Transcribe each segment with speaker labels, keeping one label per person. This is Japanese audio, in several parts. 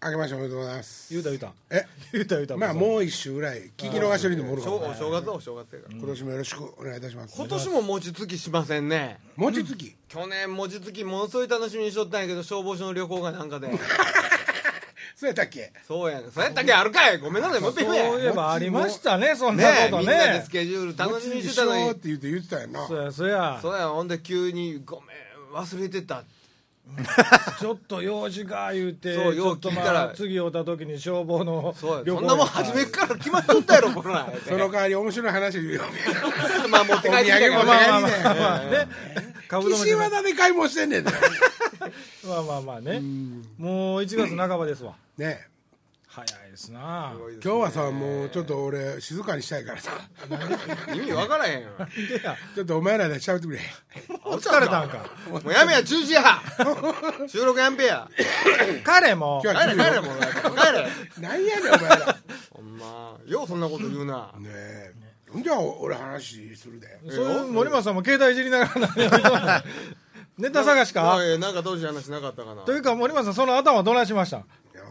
Speaker 1: あけましておめでとうございます
Speaker 2: 言うた言うた
Speaker 1: え
Speaker 2: 言うた言うた
Speaker 1: まあもう一週ぐらい聞き逃してる人もおるか
Speaker 3: 正
Speaker 1: も
Speaker 3: お正月はお正月やから、
Speaker 1: 今年もよろしくお願いいたします
Speaker 3: 今年も餅つきしませんね
Speaker 1: 餅つき
Speaker 3: 去年餅つきものすごい楽しみにしとったんやけど消防署の旅行がなんかで
Speaker 1: そうやったっけ
Speaker 3: そうやんそうやったっけあるかいごめんなさいもう一
Speaker 2: そう
Speaker 3: 遍言え
Speaker 2: いえばありましたねそん
Speaker 3: ね
Speaker 2: な
Speaker 3: え
Speaker 2: こと
Speaker 3: みん
Speaker 2: ね
Speaker 3: なでスケジュール楽し
Speaker 1: 餅
Speaker 3: みに
Speaker 1: つき
Speaker 3: して
Speaker 1: しよ
Speaker 3: たのに
Speaker 1: うって言って言ってたやんな
Speaker 2: そうやそうや
Speaker 3: そうやんほんで急に「ごめん忘れてた」
Speaker 2: ちょっと用事が言うて
Speaker 3: そう
Speaker 2: ちょっと
Speaker 3: よう聞いたら
Speaker 2: まあ次おった時に消防の
Speaker 3: そうや
Speaker 2: 旅行
Speaker 3: そんなもん初めから決まっとったやろこのな
Speaker 1: その代わり面白い話言うよ
Speaker 3: まあ持って帰ってきたけ
Speaker 1: お土
Speaker 3: ど
Speaker 1: 産もね
Speaker 3: ね
Speaker 2: まあまあまあまあね株主
Speaker 1: 岸和田で 買い物してんねんね
Speaker 2: まあまあまあねもう1月半ばですわ
Speaker 1: ね
Speaker 2: 早いですな
Speaker 1: 今日はさもうちょっと俺静かにしたいから さ
Speaker 3: 意味わからへんよ
Speaker 2: でや
Speaker 1: ちょっとお前らで喋ってくれ
Speaker 2: お 疲れたんか
Speaker 3: もうやめや中止や収録やんべや
Speaker 2: 彼も
Speaker 1: 今日
Speaker 3: 帰
Speaker 1: は
Speaker 3: れ
Speaker 1: 来
Speaker 3: 帰
Speaker 1: るよ
Speaker 3: れもう帰れ
Speaker 1: なんやねんお前らね
Speaker 3: ほんまようそんなこと言う な
Speaker 1: えほんじゃあ俺話するで
Speaker 2: そういう森本さんも携帯いじりながらネタ探しか
Speaker 3: おいなんか当時話なかったかな
Speaker 2: というか森本さんその頭どないしました
Speaker 1: いや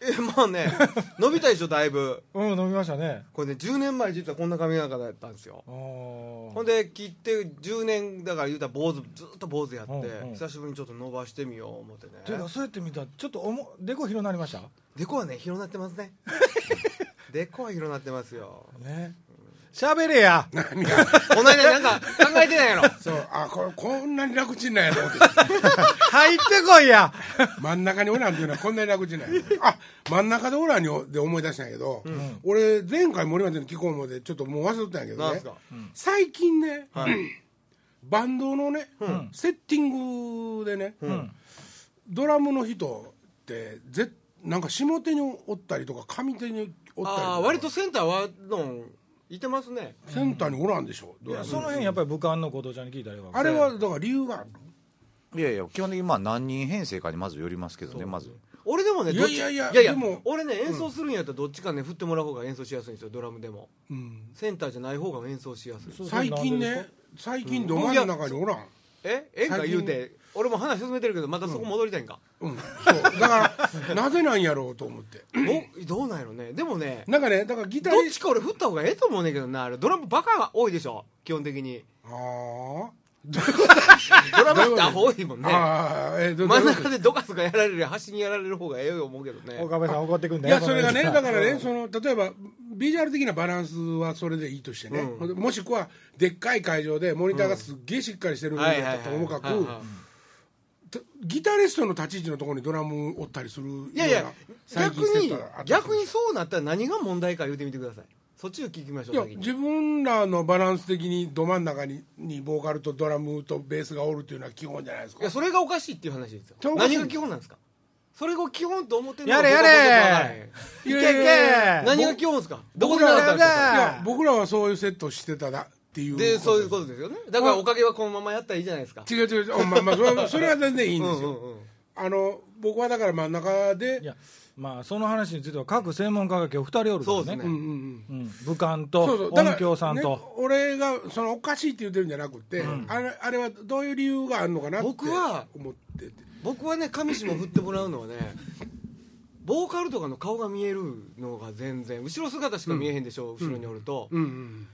Speaker 3: えもうね 伸びたでしょだいぶ
Speaker 2: うん飲みましたね
Speaker 3: これね10年前実はこんな髪型だったんですよ
Speaker 2: お
Speaker 3: ほんで切って10年だから言うたら坊主ずっと坊主やって、
Speaker 2: うんうん
Speaker 3: 久しぶりにちょっと伸ばしてみよう思ってね
Speaker 2: というかそうやって見たらちょっとおもでこ広なりました
Speaker 3: デコはね広なってます ねデコは広なってますよ
Speaker 2: ね喋れや
Speaker 3: この間なんか考え てないやろ
Speaker 1: そうあこれこんなに楽ちんなんやと思って
Speaker 2: 入ってこいや
Speaker 1: 真ん中におらんっていうのはこんなに楽ちんなんやあ真ん中でおらんにおで思い出したんやけど、俺前回森松に聞こう思でちょっともう忘れとったんやけど
Speaker 3: なん
Speaker 1: ね
Speaker 3: すか
Speaker 1: 最近ね、
Speaker 3: はい
Speaker 1: バンドのね、セッティングでね、ドラムの人ってぜなんか下手におったりとか上手におったりと
Speaker 3: あ
Speaker 1: か
Speaker 3: あ割とセンターはのんいてますね
Speaker 1: センターにおらんでしょ、ドラム
Speaker 2: その辺やっぱり武漢の後藤ちゃんに聞いたらいいわ
Speaker 1: あれはだから理由があるの
Speaker 4: いやいや、基本的にまあ何人編成かにまずよりますけどね、まず。
Speaker 3: 俺でもねどっち
Speaker 1: いやいやいや
Speaker 3: いやい
Speaker 1: で
Speaker 3: や
Speaker 1: も
Speaker 3: 俺ね演奏するんやったらどっちかね振ってもらう方が演奏しやすいんですよドラムでも
Speaker 1: うん
Speaker 3: センターじゃない方が演奏しやすい
Speaker 2: そう
Speaker 1: 最近ね最近ど真ん中におらん、
Speaker 3: え演歌言うて俺も話進めてるけどまたそこ戻りたいんか、
Speaker 1: うん、そうだからなぜなんやろうと思って
Speaker 3: おどうなんやろねでもね
Speaker 1: なんかねだからギタ
Speaker 3: ど
Speaker 1: リ
Speaker 3: っちか俺振った方がええと思うねんけどなあれドラムバカが多いでしょ基本 的に
Speaker 1: あー
Speaker 3: ドラムってアホ多いもんね
Speaker 1: あーえどど
Speaker 3: 真ん
Speaker 1: ういうこと
Speaker 3: 中でどかすかやられるより端にやられる方がええよ思うけどね
Speaker 2: 岡部さん怒ってくん
Speaker 1: い
Speaker 2: だよ
Speaker 1: やそれがね
Speaker 2: の
Speaker 1: だ
Speaker 2: 人
Speaker 1: からねその例えばビジュアル的なバランスはそれでいいとしてね、もしくはでっかい会場でモニターがすっげえしっかりしてるの
Speaker 3: はいはい
Speaker 1: だ
Speaker 3: はい
Speaker 1: ともかく、
Speaker 3: はいはい
Speaker 1: たギタリストの立ち位置のところにドラムおったりするよう
Speaker 3: い
Speaker 1: な
Speaker 3: やいや
Speaker 1: 最
Speaker 3: 逆
Speaker 1: 近して
Speaker 3: に
Speaker 1: たらあったりする
Speaker 3: 逆にそうなったら何が問題か言うてみてくださいそっちを聞きましょう
Speaker 1: いや
Speaker 3: 先に
Speaker 1: 自分らのバランス的にど真ん中ににボーカルとドラムとベースがおるっていうのは基本じゃないです
Speaker 3: いや
Speaker 1: か
Speaker 3: それがおかしいっていう話です
Speaker 1: それ
Speaker 3: よ
Speaker 1: おかしい
Speaker 3: 何が基本なんですかそれが基本と思ってんの
Speaker 2: やれやれ
Speaker 3: 僕は僕は分
Speaker 1: いやい
Speaker 2: いけい
Speaker 3: からへん
Speaker 1: や
Speaker 2: け
Speaker 3: 何が基本ですかどこ
Speaker 1: 僕
Speaker 3: で
Speaker 1: ら
Speaker 3: 習ったんです
Speaker 2: や
Speaker 3: か
Speaker 2: れ
Speaker 1: いや僕らはそういうセットしてただっていう
Speaker 3: でそういうことですよねだからおかげはこのままやったらいいじゃないですか
Speaker 1: 違う違う違うまあまあそれはそれは全然いいんですよ、
Speaker 3: うんうんうん
Speaker 1: あの僕はだから真ん中で
Speaker 2: いやまあその話については各専門家が今日2人おるか
Speaker 3: そ
Speaker 2: ら
Speaker 3: うです
Speaker 2: ね
Speaker 3: ね
Speaker 1: うんうんうん
Speaker 2: うん武漢
Speaker 1: そうそ
Speaker 2: と
Speaker 1: うだから
Speaker 2: 音響さん
Speaker 1: ね
Speaker 2: と、
Speaker 1: 俺がそのおかしいって言ってるんじゃなくて、あれあれはどういう理由があるのかなって
Speaker 3: 僕は
Speaker 1: 思ってて
Speaker 3: 僕はね上下振ってもらうのはねボーカルとかの顔が見えるのが全然後ろ姿しか見えへんでしょ、う後ろにおると、
Speaker 1: うんうん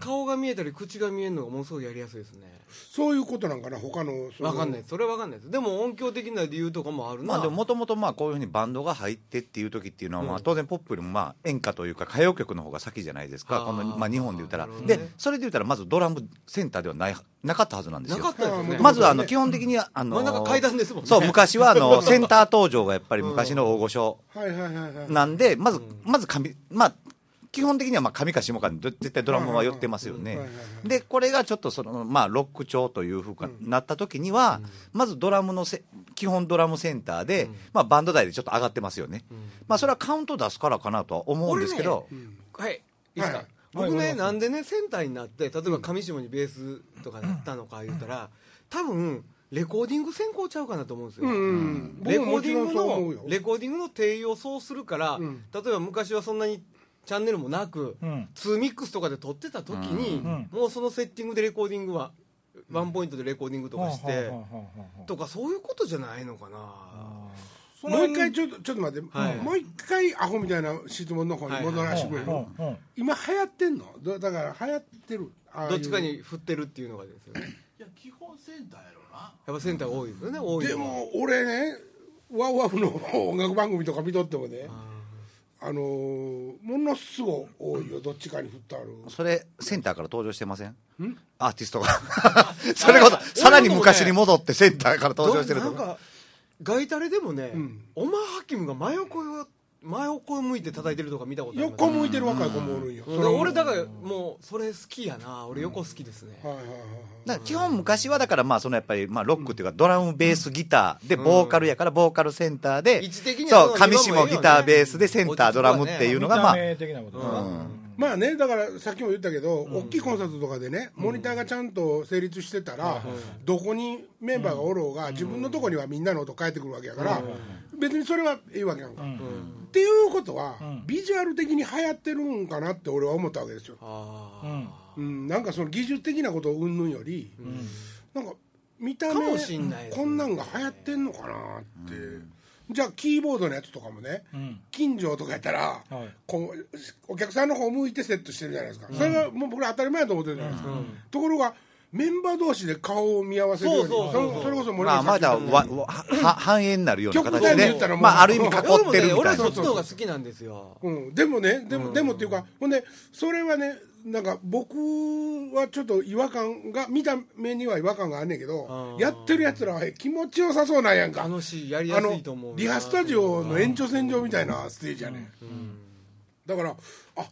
Speaker 3: 顔が見えたり口が見えるのがものすごいやりやすいですね
Speaker 1: そういうことなんかな他のその
Speaker 3: 分かんないですそれは分かんないですでも音響的な理由とかもあるな
Speaker 4: まあでももともとまあこういうふうにバンドが入ってっていう時っていうのはまあ当然ポップよりもまあ演歌というか歌謡曲の方が先じゃないです
Speaker 3: あー
Speaker 4: か、このまあ日本で言ったら
Speaker 3: なるほ。どね
Speaker 4: で、それで言ったらまずドラムセンターではないなかったはずなんです
Speaker 3: なかっ
Speaker 4: よ。
Speaker 3: たですよね
Speaker 1: あ
Speaker 4: まずはあの
Speaker 1: ね
Speaker 4: 基本的にあの
Speaker 3: 真ん中階段ですもんね
Speaker 4: そう昔はあ のセンター登場がやっぱり昔の大御所
Speaker 1: はいはいはいはい
Speaker 4: なんでまずまず紙まあ基本的にはまあ紙か下かにど絶対ドラムは寄ってますよ
Speaker 1: うん
Speaker 4: ね
Speaker 1: はいはいは。
Speaker 4: でこれがちょっとそのまあロック調というふうかなった時には、まずドラムのせ基本ドラムセンターで、まあバンド台でちょっと上がってますよね。まあそれはカウント出すからかなとは思うんですけど、
Speaker 3: はいいいですか、
Speaker 1: はい
Speaker 3: 僕
Speaker 2: はいお
Speaker 3: ね、
Speaker 2: 願いします
Speaker 3: なんでねセンターになって例えば上下にベースとかなったのか言うたら、多分レコーディング専攻ちゃうかなと思うんですよ、
Speaker 1: うんうん
Speaker 3: レ
Speaker 1: 僕
Speaker 3: コ
Speaker 1: も
Speaker 3: ー
Speaker 1: も
Speaker 3: デ
Speaker 1: ち
Speaker 3: ィ
Speaker 1: ろ
Speaker 3: ン
Speaker 1: ん
Speaker 3: グ
Speaker 1: そう思うよ
Speaker 3: のレコーディングの定義をそうするから、
Speaker 1: うん
Speaker 3: 例えば昔はそんなにチャンネルもなく、
Speaker 2: うん
Speaker 3: 2ミックスとかで撮ってた時に、
Speaker 2: ん
Speaker 3: もうそのセッティングでレコーディングは、ワンポイントでレコーディングとかして、
Speaker 2: ほんほんほんほんほん
Speaker 3: とかそういうことじゃないのかな、
Speaker 2: その
Speaker 1: もう一
Speaker 2: 辺
Speaker 1: 回ちょっとちょっと待って、
Speaker 3: はい
Speaker 1: もう一回アホみたいな質問の方に戻らせてくれる、
Speaker 2: うんうん
Speaker 1: 今流行ってんのどだから流行ってるああいう
Speaker 3: どっちかに振ってるっていうのがですよね
Speaker 5: いや基本センターやろな
Speaker 3: やっぱセンター多いですよね多い
Speaker 1: で
Speaker 3: のは
Speaker 1: も俺ねワウワウの音楽番組とか見とってもねあのーものすごい多いよどっちかに振ってある
Speaker 4: それセンターから登場してませんアーティストが それこそさらに昔に戻ってセンターから登場してる
Speaker 3: な
Speaker 4: と
Speaker 3: ん
Speaker 4: か
Speaker 3: かガイタレでもね、オマーハキムが真横を真横を向いて叩いてるとか見たことあります
Speaker 1: 横向いてる若い子もおるんよ、
Speaker 3: うん
Speaker 1: それ
Speaker 3: だから
Speaker 1: も
Speaker 3: 俺だからもうそれ好きやな俺横好きですね、
Speaker 1: はいはいはいはい
Speaker 4: だから基本昔はだからまあそのやっぱりまあロックっていうかドラムベースギターでボーカルやからボーカルセンターで
Speaker 3: 位置的には
Speaker 4: そう
Speaker 3: その
Speaker 4: 上下ギターベースでセンタードラムっていうのがまあ
Speaker 2: 見た目的なことだな
Speaker 1: まあねだからさっきも言ったけど、大きいコンサートとかでねモニターがちゃんと成立してたら、どこにメンバーがおろうが、自分のとこにはみんなの音返ってくるわけやから、別にそれはいいわけやんか、っていうことは、ビジュアル的に流行ってるんかなって俺は思ったわけですよ、
Speaker 3: あ
Speaker 2: う
Speaker 3: ー
Speaker 2: ん
Speaker 1: うん、なんかその技術的なことをうんぬんより、なんか見た目
Speaker 3: かもしんないですね
Speaker 1: こんなんが流行ってんのかなって、じゃあキーボードのやつとかもね、
Speaker 2: うん
Speaker 1: 近所とかやったら、
Speaker 2: はい
Speaker 1: こうお客さんの方向いてセットしてるじゃないですか、それがもう僕ら当たり前だと思ってるじゃないですか、ところがメンバー同士で顔を見合わせるように
Speaker 3: そうそうそう
Speaker 1: それこそ森
Speaker 4: まあ
Speaker 1: 田さ
Speaker 4: ま
Speaker 1: ん言
Speaker 4: だ
Speaker 1: っ
Speaker 4: わ
Speaker 1: たように
Speaker 4: わは半円になるような
Speaker 1: 極端
Speaker 4: 形
Speaker 1: に言
Speaker 4: で
Speaker 1: ったらもう
Speaker 4: まあある意味囲
Speaker 1: あ
Speaker 3: 俺も
Speaker 4: って
Speaker 3: ね
Speaker 4: るみ
Speaker 3: 俺
Speaker 4: た
Speaker 3: はいそ
Speaker 4: な
Speaker 3: っちの方が好きなんですよ
Speaker 1: うん、でもねでも,、でもっていうかほんでそれはねなんか僕はちょっと違和感が見た目には違和感があんねんけど
Speaker 3: あー
Speaker 1: やってるやつらは気持ちよさそうなんやんか
Speaker 3: 楽しいやり
Speaker 1: あ
Speaker 3: やす
Speaker 1: の
Speaker 3: いと思うな
Speaker 1: リハスタジオの延長線上みたいなステージやね、だからあ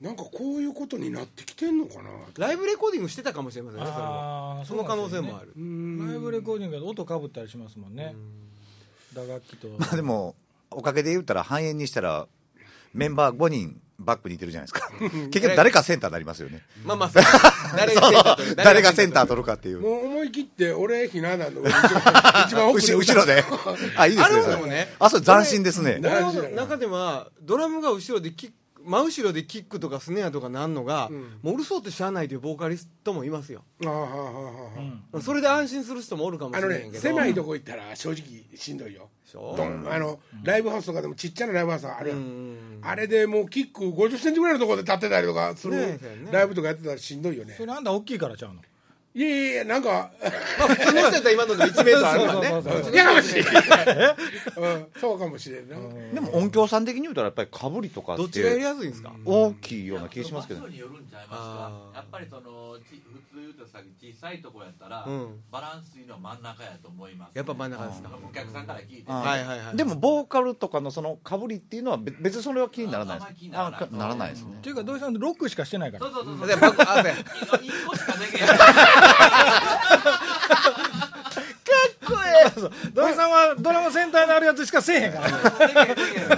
Speaker 1: なんかこういうことになってきてんのかな
Speaker 3: ライブレコーディングしてたかもしれませんねそれ
Speaker 2: あ
Speaker 3: は
Speaker 2: ー
Speaker 3: その可能性もある、
Speaker 2: ライブレコーディングで音かぶったりしますもんね打楽器と
Speaker 4: まあでもおかげで言ったら半円にしたらメンバー5人バックにいてるじゃないですか結局誰かセンターになりますよね
Speaker 3: まあまあそう誰 がセンター取る
Speaker 4: 誰がセンター取るかっていう
Speaker 1: もう思い切って俺ひな壇の上一 番一番奥
Speaker 4: 後ろ後ろであいいですね
Speaker 3: あれ
Speaker 4: そ
Speaker 3: でも
Speaker 4: れ
Speaker 3: ね
Speaker 4: あそれ斬新ですね
Speaker 3: 俺の中ではドラムが後ろでキック真後ろでキックとかスネアとかなんのが、もううるそうとしゃあないというボーカリストもいますよ、
Speaker 1: あーはーはーはーはー
Speaker 3: それで安心する人もおるかも
Speaker 1: あ
Speaker 3: し
Speaker 1: の
Speaker 3: れへ
Speaker 1: ね
Speaker 3: んけど
Speaker 1: 狭いとこ行ったら正直しんどいよ
Speaker 3: でしょ
Speaker 1: ドンあのライブハウスとかでもちっちゃなライブハウスあるやん
Speaker 3: うん
Speaker 1: あれでもうキック50センチぐらいのところで立ってたりとかす
Speaker 3: ね
Speaker 1: る
Speaker 3: えねえ
Speaker 1: ライブとかやってたらしんどいよね
Speaker 2: それあんた大きいからちゃうの
Speaker 1: いやいやいやなん か
Speaker 3: まあ普通の人やったら今ので1メートルあるからね
Speaker 2: そうそうそうそう
Speaker 1: いやかも しれない、うん、そうかもしれんな
Speaker 4: でも音響さん的に言うたらやっぱりかぶりとか
Speaker 3: どっ
Speaker 4: っ
Speaker 3: ちがやり
Speaker 4: て
Speaker 3: やすいんですか、
Speaker 4: 大きいような気がしますけど
Speaker 5: 場所によるんちゃ
Speaker 3: あ
Speaker 5: いますか
Speaker 3: ー
Speaker 5: やっぱりそのち普通言うとさ小さいとこやったら、
Speaker 3: うん
Speaker 5: バランスいいのは真ん中やと思います
Speaker 3: やっぱ真ん中ですか
Speaker 5: お客さんから聞いて
Speaker 4: あ
Speaker 3: はいはいはい
Speaker 4: でもボーカルとかのそのかぶりっていうのは別別にそれは気にならない
Speaker 5: あんまり
Speaker 4: で
Speaker 5: 気
Speaker 4: す
Speaker 5: に
Speaker 4: あ
Speaker 5: なら
Speaker 4: な
Speaker 5: ない
Speaker 4: らないですね
Speaker 2: っていうか土井さんロックしかしてないから
Speaker 5: そうそうそうそう
Speaker 3: でバックあそうや
Speaker 5: いい個しかできへん
Speaker 2: そうそう土井さんはドラマセンターのあるやつしかせえへんからね
Speaker 5: できへんできへんど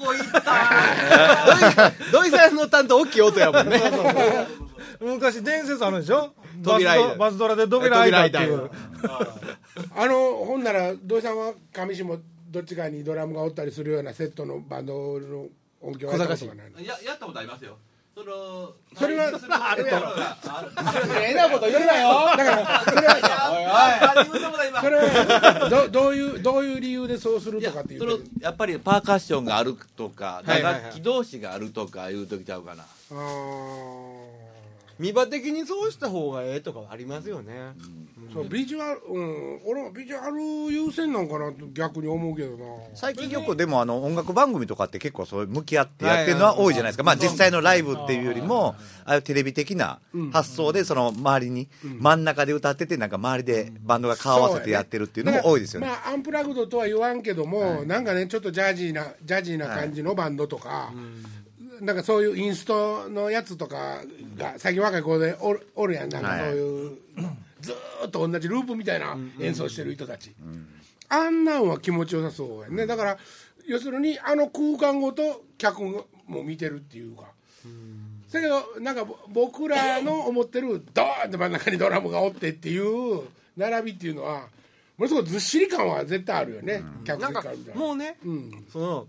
Speaker 5: こ行った
Speaker 3: 土井さんの担当大きい音やもんね
Speaker 2: 昔伝説あるでしょバス
Speaker 3: 扉開いた
Speaker 2: ドバスドラで扉開いたってい
Speaker 3: 扉
Speaker 2: う
Speaker 1: あのほんなら土井さんは上下どっちかにドラムがおったりするようなセットのバンドの音響はやったことがないの
Speaker 5: ややったことありますよその
Speaker 1: それは
Speaker 5: あるとある
Speaker 3: えなこと言うな
Speaker 1: だ
Speaker 3: よ
Speaker 1: からそれは
Speaker 5: あ自分のことは今
Speaker 1: それはどどういうどういう理由でそうする
Speaker 6: い
Speaker 1: と
Speaker 6: や
Speaker 1: かっていう
Speaker 6: そのやっぱりパーカッションがあるとか
Speaker 3: は
Speaker 6: 打
Speaker 3: いはいはい
Speaker 6: 楽器同士があるとかいう時ちゃうかな
Speaker 1: あー
Speaker 3: 見場的にそうした方がええとかはありますよね、
Speaker 1: そうビジュアル、うん、俺はビジュアル優先なんかなと逆に思うけどな
Speaker 4: 最近よくでもあの音楽番組とかって結構そういう向き合ってやってるのは多いじゃないですか、まあ、実際のライブっていうよりもああいうテレビ的な発想でその周りに真ん中で歌っててなんか周りでバンドが顔合わせてやってるっていうのも多いですよね
Speaker 1: だからまあ、アンプラグドとは言わんけども、なんかねちょっとジャージーなジャージーな感じのバンドとか、なんかそういうインストのやつとかが最近若い子でおるおるやんなんかそういう、ずーっと同じループみたいな演奏してる人たち、あんなんは気持ちよさそうやね、だから要するにあの空間ごと客も見てるっていうか。だけどなんかぼ僕らの思ってるドーンって真ん中にドラムがおってっていう並びっていうのはものすごいずっしり感は絶対あるよね、客
Speaker 3: なん
Speaker 1: 席
Speaker 3: か
Speaker 1: から見たら
Speaker 3: もうね、その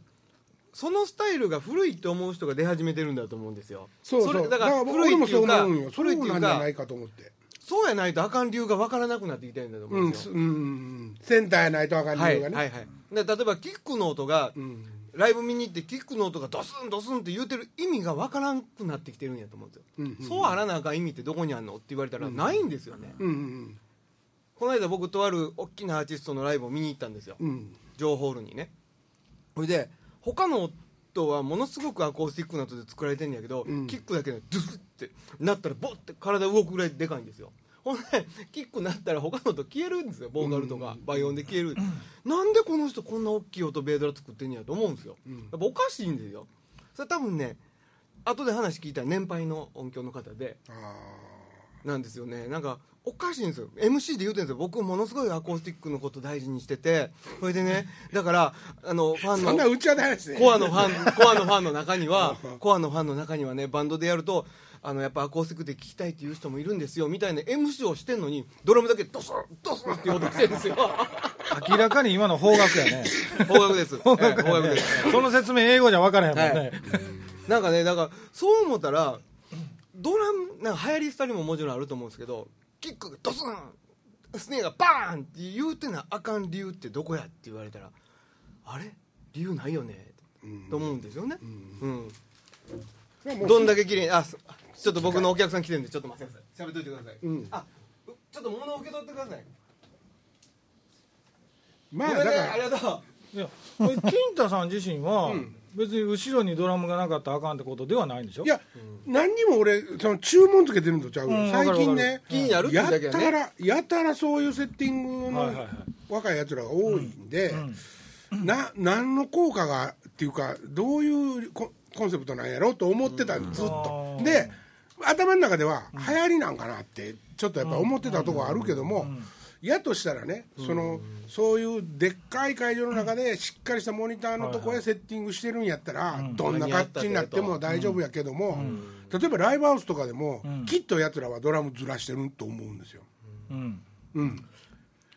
Speaker 3: そのスタイルが古いと思う人が出始めてるんだと思うんですよ
Speaker 1: そうそう
Speaker 3: れだ
Speaker 1: だ
Speaker 3: か
Speaker 1: から
Speaker 3: ら
Speaker 1: 僕
Speaker 3: 古
Speaker 1: 俺
Speaker 3: いっ
Speaker 1: も
Speaker 3: て
Speaker 1: そ
Speaker 3: いううか
Speaker 1: 思うんよそ
Speaker 3: 古
Speaker 1: う
Speaker 3: いってい
Speaker 1: な
Speaker 3: うん
Speaker 1: じゃ
Speaker 3: か
Speaker 1: ないかと思って
Speaker 3: そそうやないとあかん理由がわからなくなってきてるんだと思
Speaker 1: う
Speaker 3: うん
Speaker 1: ん、
Speaker 3: です
Speaker 1: す
Speaker 3: よ、
Speaker 1: うんうん、センターやないとあかん
Speaker 3: は
Speaker 1: 理由
Speaker 3: い
Speaker 1: が
Speaker 3: はい
Speaker 1: ね、
Speaker 3: はいで例えばキックの音が、
Speaker 1: うん、
Speaker 3: ライブ見に行ってキックの音がドスンドスンって言うてる意味がわからんくなってきてるんやと思うんですよ、
Speaker 1: うんうん
Speaker 3: そうあらなあかん意味ってどこにあんのって言われたらないんですよね、
Speaker 1: うんうん
Speaker 3: この間僕とある大きなアーティストのライブを見に行ったんですよ、
Speaker 1: うん
Speaker 3: 情報ホールにねそれで他の音はものすごくアコースティックな音で作られてんやけど、
Speaker 1: うん
Speaker 3: キックだけでドゥフってなったらボッて体動くぐらいでかいんですよほんでキックなったら他の音消えるんですよボーカルとか倍音で消える、なんでこの人こんな大きい音ベードラ作ってんやと思うんですよ、やっぱおかしいんですよそれ多分ね後で話聞いたら年配の音響の方で
Speaker 1: あ
Speaker 3: なんですよねなんかおかしいんですよ MC で言うてんですよ僕ものすごいアコースティックのこと大事にしててそれでねだからあのファ
Speaker 1: ー
Speaker 3: ン
Speaker 1: そんな
Speaker 3: の
Speaker 1: うちはないですね
Speaker 3: コアの ファンコアのファンの中にはコアのファンの中にはねバンドでやるとあのやっぱアコースティックで聞きたいっていう人もいるんですよみたいな MC をしてんのにドラムだけドスンドスンって音してるん ですよ
Speaker 2: 明らかに今の方角やね
Speaker 3: 方角です方角,、ええ方角です
Speaker 2: その説明英語じゃ分からへんもんね、
Speaker 3: なんかねだからそう思ったらドラムなんか流行り廃りももちろんあると思うんですけどキックがドスンスネアがバーンって言うてなあかん理由ってどこやって言われたらあれ理由ないよねと思うんですよね、うんどんだけ綺麗にあすちょっと僕のお客さん来てるんでちょっと待ってください喋っといてください、
Speaker 1: うん
Speaker 3: あうちょっと物を受け取ってください
Speaker 1: ま
Speaker 3: ご
Speaker 1: あ
Speaker 3: めん
Speaker 1: だか
Speaker 3: ね
Speaker 1: ら
Speaker 3: ありがとう
Speaker 2: いやこれ金太さん自身は、別に後ろにドラムがなかったらあかんってことではないんでしょ
Speaker 1: いや、何にも俺その注文つけてるのとちゃうよ、
Speaker 2: うん
Speaker 1: 最近ね
Speaker 3: 気になるってい
Speaker 1: や
Speaker 3: うだけやね
Speaker 1: たらやたらそういうセッティング
Speaker 2: はいはいは
Speaker 1: の
Speaker 2: い
Speaker 1: 若いやつらが多いんで、な何の効果がっていうかどういうココンセプトなんやろうと思ってた、ずっと
Speaker 2: あー
Speaker 1: で頭の中では流行りなんかなってちょっとやっぱ思ってたとこはあるけども、やとしたらねそのそういうでっかい会場の中でしっかりしたモニターのとこへセッティングしてるんやったら、どんな形になっても大丈夫やけども、例えばライブハウスとかでも、きっとやつらはドラムずらしてると思うんですよ。
Speaker 2: うん
Speaker 1: うん、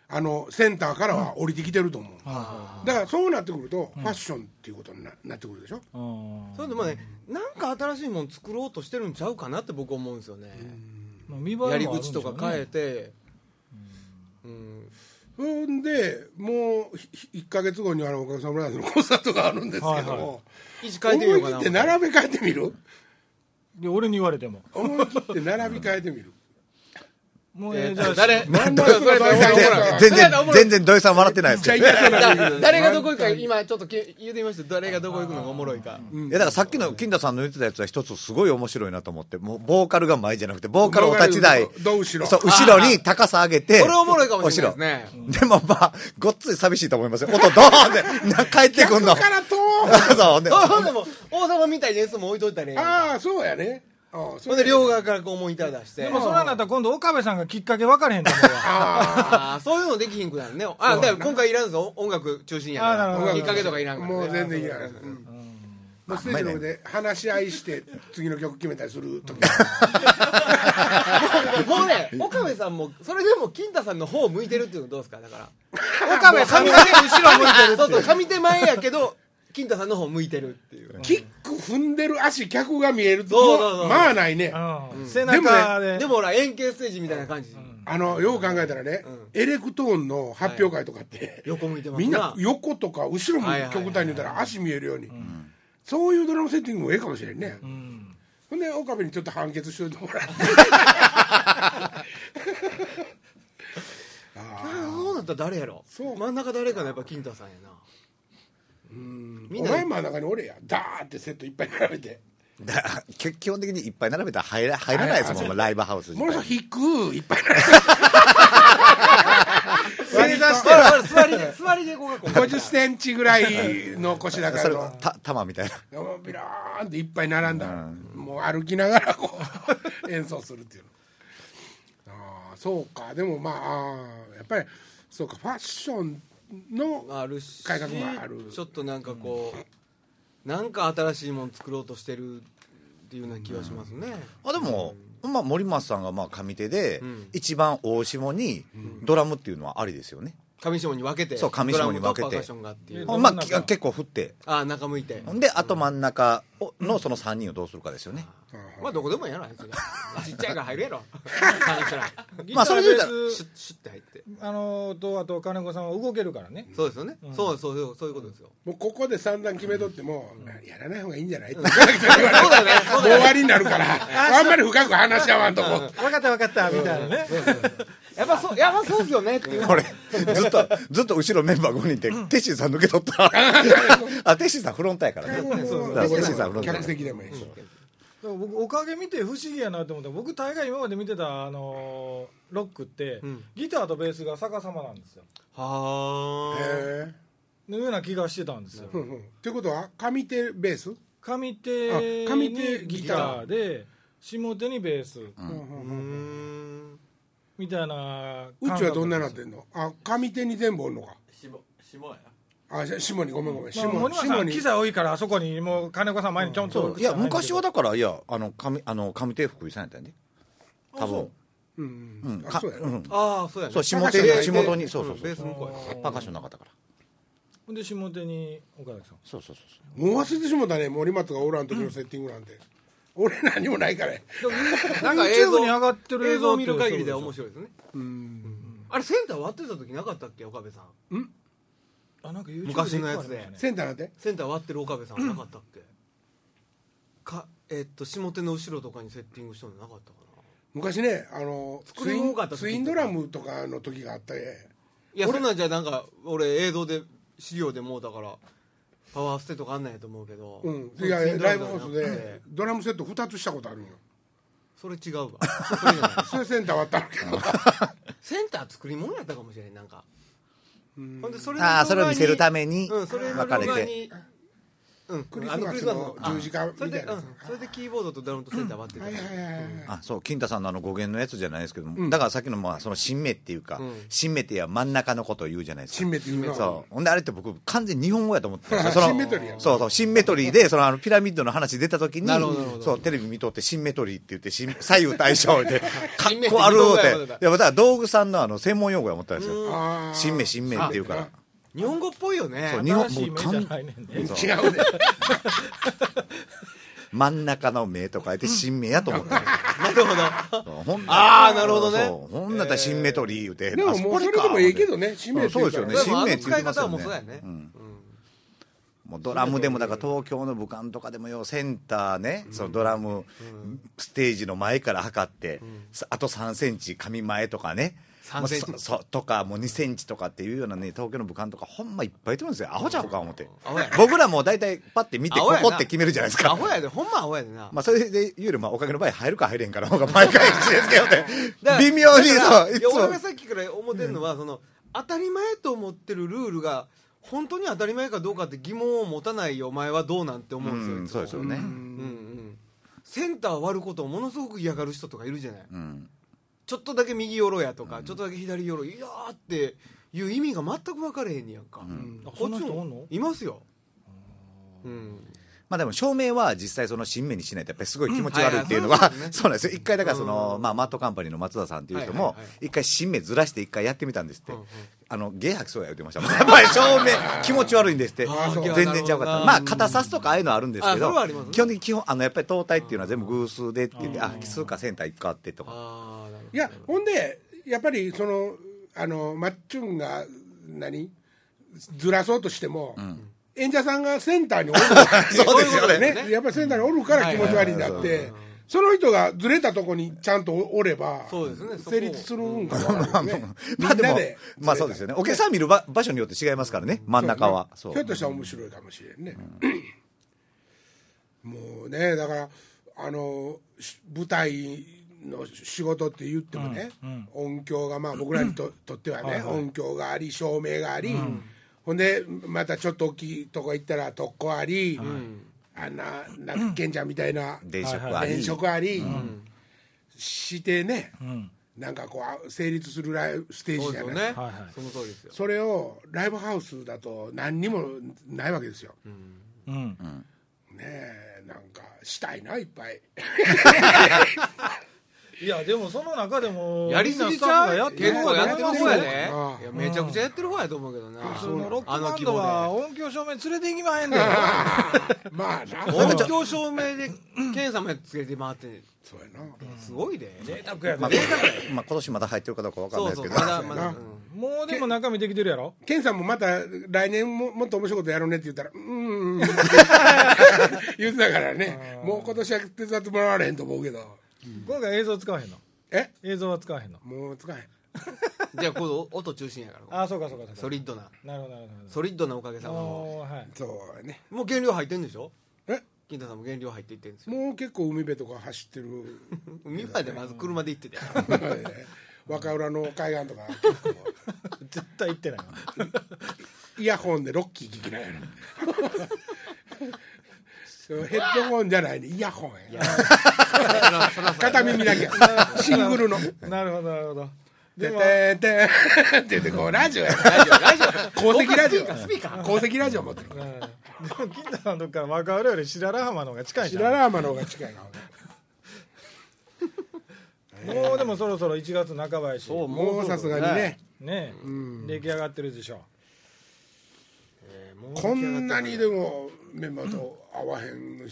Speaker 1: あのセンターからは降りてきてると思う、だからそうなってくると、ファッションっていうことにななってくるでしょ
Speaker 2: あー
Speaker 3: それでもねなんか新しいもの作ろうとしてるんちゃうかなって僕思うんですよね、
Speaker 2: まあ見栄えもあ
Speaker 3: や
Speaker 2: るんで
Speaker 3: り
Speaker 2: しょうね
Speaker 3: 口とか変えて、うん、
Speaker 1: ほんでもう1か月後にあのおかげさまでのコンサートがあるんですけども、
Speaker 2: はいは
Speaker 3: 位置変えてみ
Speaker 1: 思
Speaker 3: よ
Speaker 1: いう切
Speaker 3: かな
Speaker 1: って並べ替えてみる
Speaker 2: で俺に言われても
Speaker 1: 思い切って並び替えてみ る
Speaker 2: もう、え
Speaker 3: えー
Speaker 2: ーじゃあ
Speaker 3: 誰
Speaker 1: なんだそれ
Speaker 3: 誰
Speaker 1: それ
Speaker 3: 誰
Speaker 4: 全然、全然土井さん笑ってないですけど。
Speaker 1: 嫌そう なのに
Speaker 3: 誰がどこ行くか今ちょっとけ言うてみました誰がどこ行くのがおもろいか
Speaker 4: いやだからさっきの金田さんの言ってたやつは一つすごい面白いなと思って、もうボーカルが前じゃなくて、ボーカルお立ち台
Speaker 1: ボーカル、ど後ろ
Speaker 4: そう、後ろに高さ上 げて、
Speaker 3: それおもろいかもしれないですね
Speaker 4: 後ろでもまあ、ごっつい寂しいと思いますよ。音ドーンって、な帰ってくんの。
Speaker 1: 逆から と
Speaker 4: そう、で、
Speaker 3: あほんでも王様みたいなやつも置いといたね
Speaker 1: ああそうやねああそ
Speaker 3: ほん
Speaker 1: れ
Speaker 3: で両側からこうモニター出して
Speaker 2: でもそれあなた今度岡部さんがきっかけ分かれへんと思うわ
Speaker 3: あーそういうのできひんくなるねあだから今回いらんぞ音楽中心やか
Speaker 2: あーなるほ
Speaker 3: ら
Speaker 2: ど
Speaker 3: きっかけとかいらんからね
Speaker 1: もう全然いらんうんもうステージの上で話し合いして次の曲決めたりする時
Speaker 3: もうね岡部さんもそれでも金太さんの方向いてるっていうのどうですかだから
Speaker 2: 岡部さんが後ろ向いてる
Speaker 3: そうそう上手前やけど金太さんの方向いてるっていう
Speaker 1: キック踏んでる足客が見える
Speaker 3: そうそうそう
Speaker 1: とまあないね
Speaker 2: うん背中で
Speaker 3: でもほら円形ステージみたいな感じ
Speaker 1: あのよう考えたらね、エレクトーンの発表会とかって、
Speaker 3: 横向いてます
Speaker 1: みんな横とか後ろも極端に言ったら足見えるように、そういうドラムセッティングもええかもしれんね、ほんで岡部にちょっと判決しといてもらって
Speaker 3: そうだったら誰やろ
Speaker 1: そう
Speaker 3: 真ん中誰かなやっぱ金太さんやなみん
Speaker 1: お
Speaker 3: な
Speaker 1: 前真ん中におれやダーってセットいっぱい並べて
Speaker 4: だ基基本的にいっぱい並べたら入ら入らないですもん、ライブハウス
Speaker 1: ものすごい
Speaker 4: 自
Speaker 1: 低いいっぱい並べて
Speaker 3: ほらほら座りで座りでこう
Speaker 1: 5 0センチぐらいの腰
Speaker 4: 体
Speaker 1: 高
Speaker 4: それ
Speaker 1: の、
Speaker 4: た、玉みたいな。
Speaker 1: ビラーンっていっぱい並んだ、もう歩きながらこう 演奏するっていうのああそうかでもまああーやっぱりそうかファッションの
Speaker 3: あるし
Speaker 1: 改革もある
Speaker 3: ちょっとなんかこうなんか新しいもん作ろうとしてるっていうような気はしますね
Speaker 4: あでも、まあ、森松さんがまあ上手で、一番大下にドラムっていうのはありですよね、
Speaker 3: 上下に分けて
Speaker 4: そう上下に分
Speaker 3: ドラムと
Speaker 4: けて
Speaker 3: パーカッションがっていう
Speaker 2: うん
Speaker 4: ま
Speaker 2: ど
Speaker 4: あ
Speaker 2: んな
Speaker 4: き結構振って
Speaker 3: ああ中向いて
Speaker 4: ほんであと真ん中をのその3人をどうするかですよね、
Speaker 1: あー
Speaker 3: まあどこでもええやろあいつが ちっちゃいから入るやろ話したら
Speaker 2: ギ
Speaker 4: まあそれで言うたら
Speaker 2: ターベース
Speaker 3: シュッシュッて入って
Speaker 2: あのとあと金子さんは動けるからね
Speaker 3: そうですよね、そうそうそうそういうことですよ、
Speaker 1: もうここで散々決めとっても、やらない方がいいんじゃないって
Speaker 3: そうだよね
Speaker 1: もう終わりになるからあんまり深く話し合わんとこ
Speaker 2: 分かった分かったみたいなね
Speaker 3: やっぱそうやっぱそうですよねっていう
Speaker 4: これずっとずっと後ろメンバー5人で、テッシーさん抜け取ったあテッシーさんフロンターやからねだからテッシーさんフロンター
Speaker 1: 客席でもいいし、
Speaker 2: でも僕おかげ見て不思議やなと思って僕大概今まで見てた、あのーロックって、
Speaker 3: ん
Speaker 2: ギターとベースが逆さまなんですよ
Speaker 3: はあ
Speaker 1: へ
Speaker 2: のような気がしてたんですよ
Speaker 1: えうんうんということは上手ベース、
Speaker 2: 上
Speaker 1: あ
Speaker 2: 手
Speaker 1: 上手
Speaker 2: にギターで下手にベース
Speaker 1: うんうん
Speaker 3: うーん
Speaker 2: みたいな
Speaker 1: うちはどんななっ
Speaker 2: る
Speaker 1: てんのあ上手に全部おんのか
Speaker 5: 下下や
Speaker 1: あじゃあ下にごめんごめん下
Speaker 2: まあ、
Speaker 1: に
Speaker 2: 森村
Speaker 1: 下
Speaker 2: さん
Speaker 1: に
Speaker 2: 機材多いからあそこにもう金子さん前にちょん
Speaker 4: そ
Speaker 2: と
Speaker 4: ういや昔はだからいやあの紙あの紙手福井さんやったんやね多分
Speaker 1: うん
Speaker 4: う
Speaker 1: うんんあ
Speaker 4: か
Speaker 1: そうやな
Speaker 4: うん
Speaker 3: ああそうやね
Speaker 4: そう下
Speaker 1: ベー
Speaker 4: 手
Speaker 1: ス
Speaker 4: 地元にそうそうそ
Speaker 3: ベー
Speaker 4: う
Speaker 3: ス向こうや
Speaker 4: パーカッションなかったから
Speaker 2: ほんで下手に岡崎さん
Speaker 4: そうそうそう
Speaker 1: もう忘れてしもたね森松がおらん時のセッティングなんて、俺何もないからや
Speaker 3: なんか映像
Speaker 2: YouTube に上がってる
Speaker 3: 映
Speaker 2: 映
Speaker 3: 像
Speaker 2: 像
Speaker 3: を見る限りでは面
Speaker 2: い
Speaker 3: 白いですね
Speaker 1: うん
Speaker 3: あれセンター割ってた時なかったっけ岡部さん
Speaker 2: あなんか YouTube
Speaker 3: 昔のやつで
Speaker 2: 一個ありましたね
Speaker 1: センターなんて
Speaker 3: センター割ってる岡部さんなかったっけ、かえっと下手の後ろとかにセッティングしたのなかったかな
Speaker 1: 昔ねあの
Speaker 3: 作
Speaker 1: ツ
Speaker 3: り
Speaker 1: イ
Speaker 3: 物
Speaker 1: ン
Speaker 3: 多かった時
Speaker 1: ツインドラムとかの時があったね
Speaker 3: いやそんなんじゃなんか俺映像で資料でもうだからパワーステとかあんないと思うけど、
Speaker 1: うん
Speaker 3: その
Speaker 1: いや
Speaker 3: ツインド
Speaker 1: ライ
Speaker 3: ム
Speaker 1: ブハウス
Speaker 3: じゃなくて
Speaker 1: でドラムセット2つしたことあるんよ
Speaker 3: それ違うわ それじゃない
Speaker 1: それセンター割ったん けど
Speaker 3: センター作り物やったかもしれんなんか、ほんでそれの
Speaker 4: ああそれを
Speaker 3: 動画
Speaker 4: 見
Speaker 3: に
Speaker 4: せるために
Speaker 3: うんそれの動
Speaker 4: 分かれ
Speaker 3: 画
Speaker 4: て
Speaker 3: にうん
Speaker 1: クリスマスの十字架みたいなやつ
Speaker 3: あそれで,、うん、それでキーボードとドラムとセンター割ってた、
Speaker 1: はいはいはい はい
Speaker 4: あそう金太さんのあの語源のやつじゃないですけども、だからさっきのまあその新芽っていうか、新芽っていや真ん中のことを言うじゃないですか
Speaker 1: 新メっていうのは
Speaker 4: そうほんであれって僕完全に日本語やと思ってたんです
Speaker 1: シンメトリーや
Speaker 4: そうそうシンメトリーでそのあのピラミッドの話出た時に
Speaker 3: なるほどなるほど
Speaker 4: そうテレビ見とってシンメトリーって言って シン左右対称でか
Speaker 3: シンメ
Speaker 4: っ
Speaker 3: って
Speaker 4: こ悪う
Speaker 3: どう
Speaker 4: っ
Speaker 3: や
Speaker 4: て
Speaker 3: ろう
Speaker 4: でもだから道具さんのあの専門用語や思ったんですよ
Speaker 1: あー
Speaker 4: 新芽新芽って言うから
Speaker 3: 日本語っぽいよね
Speaker 4: そう
Speaker 2: 日
Speaker 4: 日
Speaker 2: 本
Speaker 4: 本
Speaker 2: 新しい
Speaker 4: もう
Speaker 2: 目じゃ
Speaker 4: 完
Speaker 2: ないねんね
Speaker 4: そ う
Speaker 1: 違うね
Speaker 4: 真ん中の芽と書いて新芽やと思ったんですよ
Speaker 3: なるほど
Speaker 4: そうほん
Speaker 3: あーなるほどね
Speaker 4: そうほんなったらシンメトリー言うて
Speaker 1: でも
Speaker 4: あ
Speaker 1: もう
Speaker 4: こ
Speaker 1: それ
Speaker 4: か
Speaker 1: でもええけどね新メって言うか
Speaker 4: そう
Speaker 1: ら
Speaker 4: です
Speaker 1: ね
Speaker 3: でもあの
Speaker 4: よね新名って言っ
Speaker 3: 使
Speaker 4: て
Speaker 3: い
Speaker 4: ます
Speaker 3: 方は
Speaker 4: よね
Speaker 3: もうそうやね、
Speaker 4: もうドラムでもだから東京の武漢とかでもようセンターね、そのドラム、ステージの前から測って、さあと3センチ紙前とかね
Speaker 3: 3センチ
Speaker 4: もうそそうとかもう2センチとかっていうようなね東京の武漢とかほんまいっぱいいてるんですよアホちゃうか思って
Speaker 3: アホ や
Speaker 4: 僕らもう大体パッて見て
Speaker 3: ア
Speaker 4: こ
Speaker 3: ホやな
Speaker 4: こって決めるじゃないです
Speaker 3: ア
Speaker 4: か
Speaker 3: ホやでほんまアホやでな、
Speaker 4: まあそれで言うよりまあおかげの場合入るか入れんかの方が毎回一緒ですけどね
Speaker 3: だから
Speaker 4: 微妙に
Speaker 3: だから
Speaker 4: そうい
Speaker 3: い
Speaker 4: つ
Speaker 3: や
Speaker 4: も
Speaker 3: 俺がさっきから思ってるのは、その当たり前と思ってるルールが本当に当たり前かどうかって疑問を持たないお前はどうなんて思うんですよ、
Speaker 4: う
Speaker 3: い
Speaker 4: ん
Speaker 3: つも
Speaker 4: そうですよね、
Speaker 3: うんうんセンター割ることをものすごく嫌がる人とかいるじゃない、
Speaker 4: うん
Speaker 3: ちょっとだけ右寄ろやとか、ちょっとだけ左寄ろいやーっていう意味が全く分かれへんねやんか、
Speaker 2: あそんな人おんの
Speaker 3: いますようん
Speaker 4: まあでも照明は実際その新芽にしないとやっぱりすごい気持ち
Speaker 3: うん
Speaker 4: 悪いっていうの
Speaker 3: はい
Speaker 4: は
Speaker 3: はいはい、
Speaker 4: そうなんですよ。一回だからその、まあマットカンパニーの松田さんっていう人
Speaker 3: は
Speaker 4: も
Speaker 3: いはいはい、
Speaker 4: 一回新芽ずらして一回やってみたんですって
Speaker 3: うんうん。
Speaker 4: あの、ゲー吐きそうや言ってましたもん。 やっぱり照明気持ち悪いんですって
Speaker 3: あそう。
Speaker 4: 全然ちゃうか
Speaker 3: なるほど
Speaker 4: った。
Speaker 3: な
Speaker 4: まあ肩差すとかああいうのはあるんですけ
Speaker 3: あそ
Speaker 4: ど
Speaker 3: れはありますね、
Speaker 4: 基本的に基本、あの、やっぱり灯体っていうのは全部偶数でって言って、あ、奇数かセンター一個あってとか。
Speaker 3: ああなるほ
Speaker 1: いやほんでやっぱりそのあのマッチュンが何ずらそうとしても、演者さんがセンターにおる
Speaker 4: そうですよね
Speaker 1: ねやっぱりセンターにおるから気持ち悪いんだって、その人がずれたとこにちゃんとおおれば
Speaker 3: そうですねそこ
Speaker 1: 成立するんかな、ねみ
Speaker 4: まあ
Speaker 1: ん
Speaker 4: で
Speaker 1: な
Speaker 4: も
Speaker 1: で、
Speaker 4: まあそうですよね。お客さん見る場場所によって違いますからね、真ん中は。
Speaker 1: そ
Speaker 4: そうう
Speaker 1: ねひょっとしたら面白いかもしれんね、もうねだからあのし舞台の仕事って言ってもね、音響がまあ僕らにと,、ってはね、音響があり照明があり、ほんでまたちょっと大きいとこ行ったら特攻あり、あんななんかケンちゃんみたいな
Speaker 4: 電飾あり
Speaker 1: 電。飾あり、してね、なんかこう成立するライブステージ
Speaker 3: ど
Speaker 1: じ
Speaker 3: そ
Speaker 1: ゃ
Speaker 3: う
Speaker 1: な
Speaker 3: で
Speaker 1: い
Speaker 3: す
Speaker 2: は
Speaker 3: よね、
Speaker 2: いはい
Speaker 3: その通りですよ
Speaker 1: それをライブハウスだと何にもないわけですよ、ね
Speaker 2: うん
Speaker 1: えなんかしたいないっぱい
Speaker 2: いやでもその中でも
Speaker 3: やりすぎち
Speaker 2: みんなスタッフがや
Speaker 3: ゃ
Speaker 2: っ
Speaker 3: う
Speaker 2: てる
Speaker 3: 結
Speaker 2: 方
Speaker 3: 構
Speaker 2: が
Speaker 3: やってる方やで
Speaker 1: ああ
Speaker 3: いやめちゃくちゃやってる方やと思うけどな
Speaker 2: そのロック
Speaker 3: あの
Speaker 2: バン
Speaker 3: 規
Speaker 2: ドは
Speaker 3: 模
Speaker 2: 音響照明連れて行きまへんねん
Speaker 1: まあな
Speaker 3: で音響照明で検査までつけて回って
Speaker 1: そうやな
Speaker 3: すごいで
Speaker 2: 贅沢やで
Speaker 4: まあ、まあ今年まだ入ってるかどうかわかんない
Speaker 3: そう
Speaker 4: です
Speaker 3: そ
Speaker 4: け
Speaker 3: う
Speaker 4: ど
Speaker 3: まだまだ
Speaker 1: そうやな
Speaker 3: うん
Speaker 2: もうでも中身できてるやろ
Speaker 1: ケンさんもまた来年ももっと面白いことやろうねって言ったら、うーん、言ってたからね、もう今年は手伝ってもらわれへんと思うけど、
Speaker 2: 今回映像使わへんの
Speaker 1: え
Speaker 2: 映像は使わへんの
Speaker 1: もう使えへん。
Speaker 3: じゃあ今度音中心やから
Speaker 2: ああそうかそうかそうか
Speaker 3: ソリッドな
Speaker 2: なるほどなるほど
Speaker 3: ソリッドなおかげさまも
Speaker 2: おーはい
Speaker 1: そうやね。
Speaker 3: う原料入ってんでしょ
Speaker 1: え
Speaker 3: 金太さんも原料入っていってるんですよ
Speaker 1: もう結構海辺とか走ってる、
Speaker 3: 海までまず車で行ってて
Speaker 1: 若浦の海岸とか、結構
Speaker 2: 絶対行ってないわ
Speaker 1: イヤホンでロッキー聞きながら。そうヘッドホンじゃないね、イヤホンや。 片耳だけやシングルの。
Speaker 2: なるほどなるほど
Speaker 1: て
Speaker 2: でも
Speaker 1: ててって言ってこうラジオや功績ラジオ功績ラジオ持ってるから
Speaker 2: うんでも金太さんのとこから若浦より白良浜の方が近いじゃん
Speaker 1: 白良浜の方が近いな
Speaker 2: もうでもそろそろ1月半ばやし
Speaker 3: そう
Speaker 1: もうさすがにね
Speaker 2: ねえ出来上がってるでしょ
Speaker 1: こんなにでもメンバーと会わへんの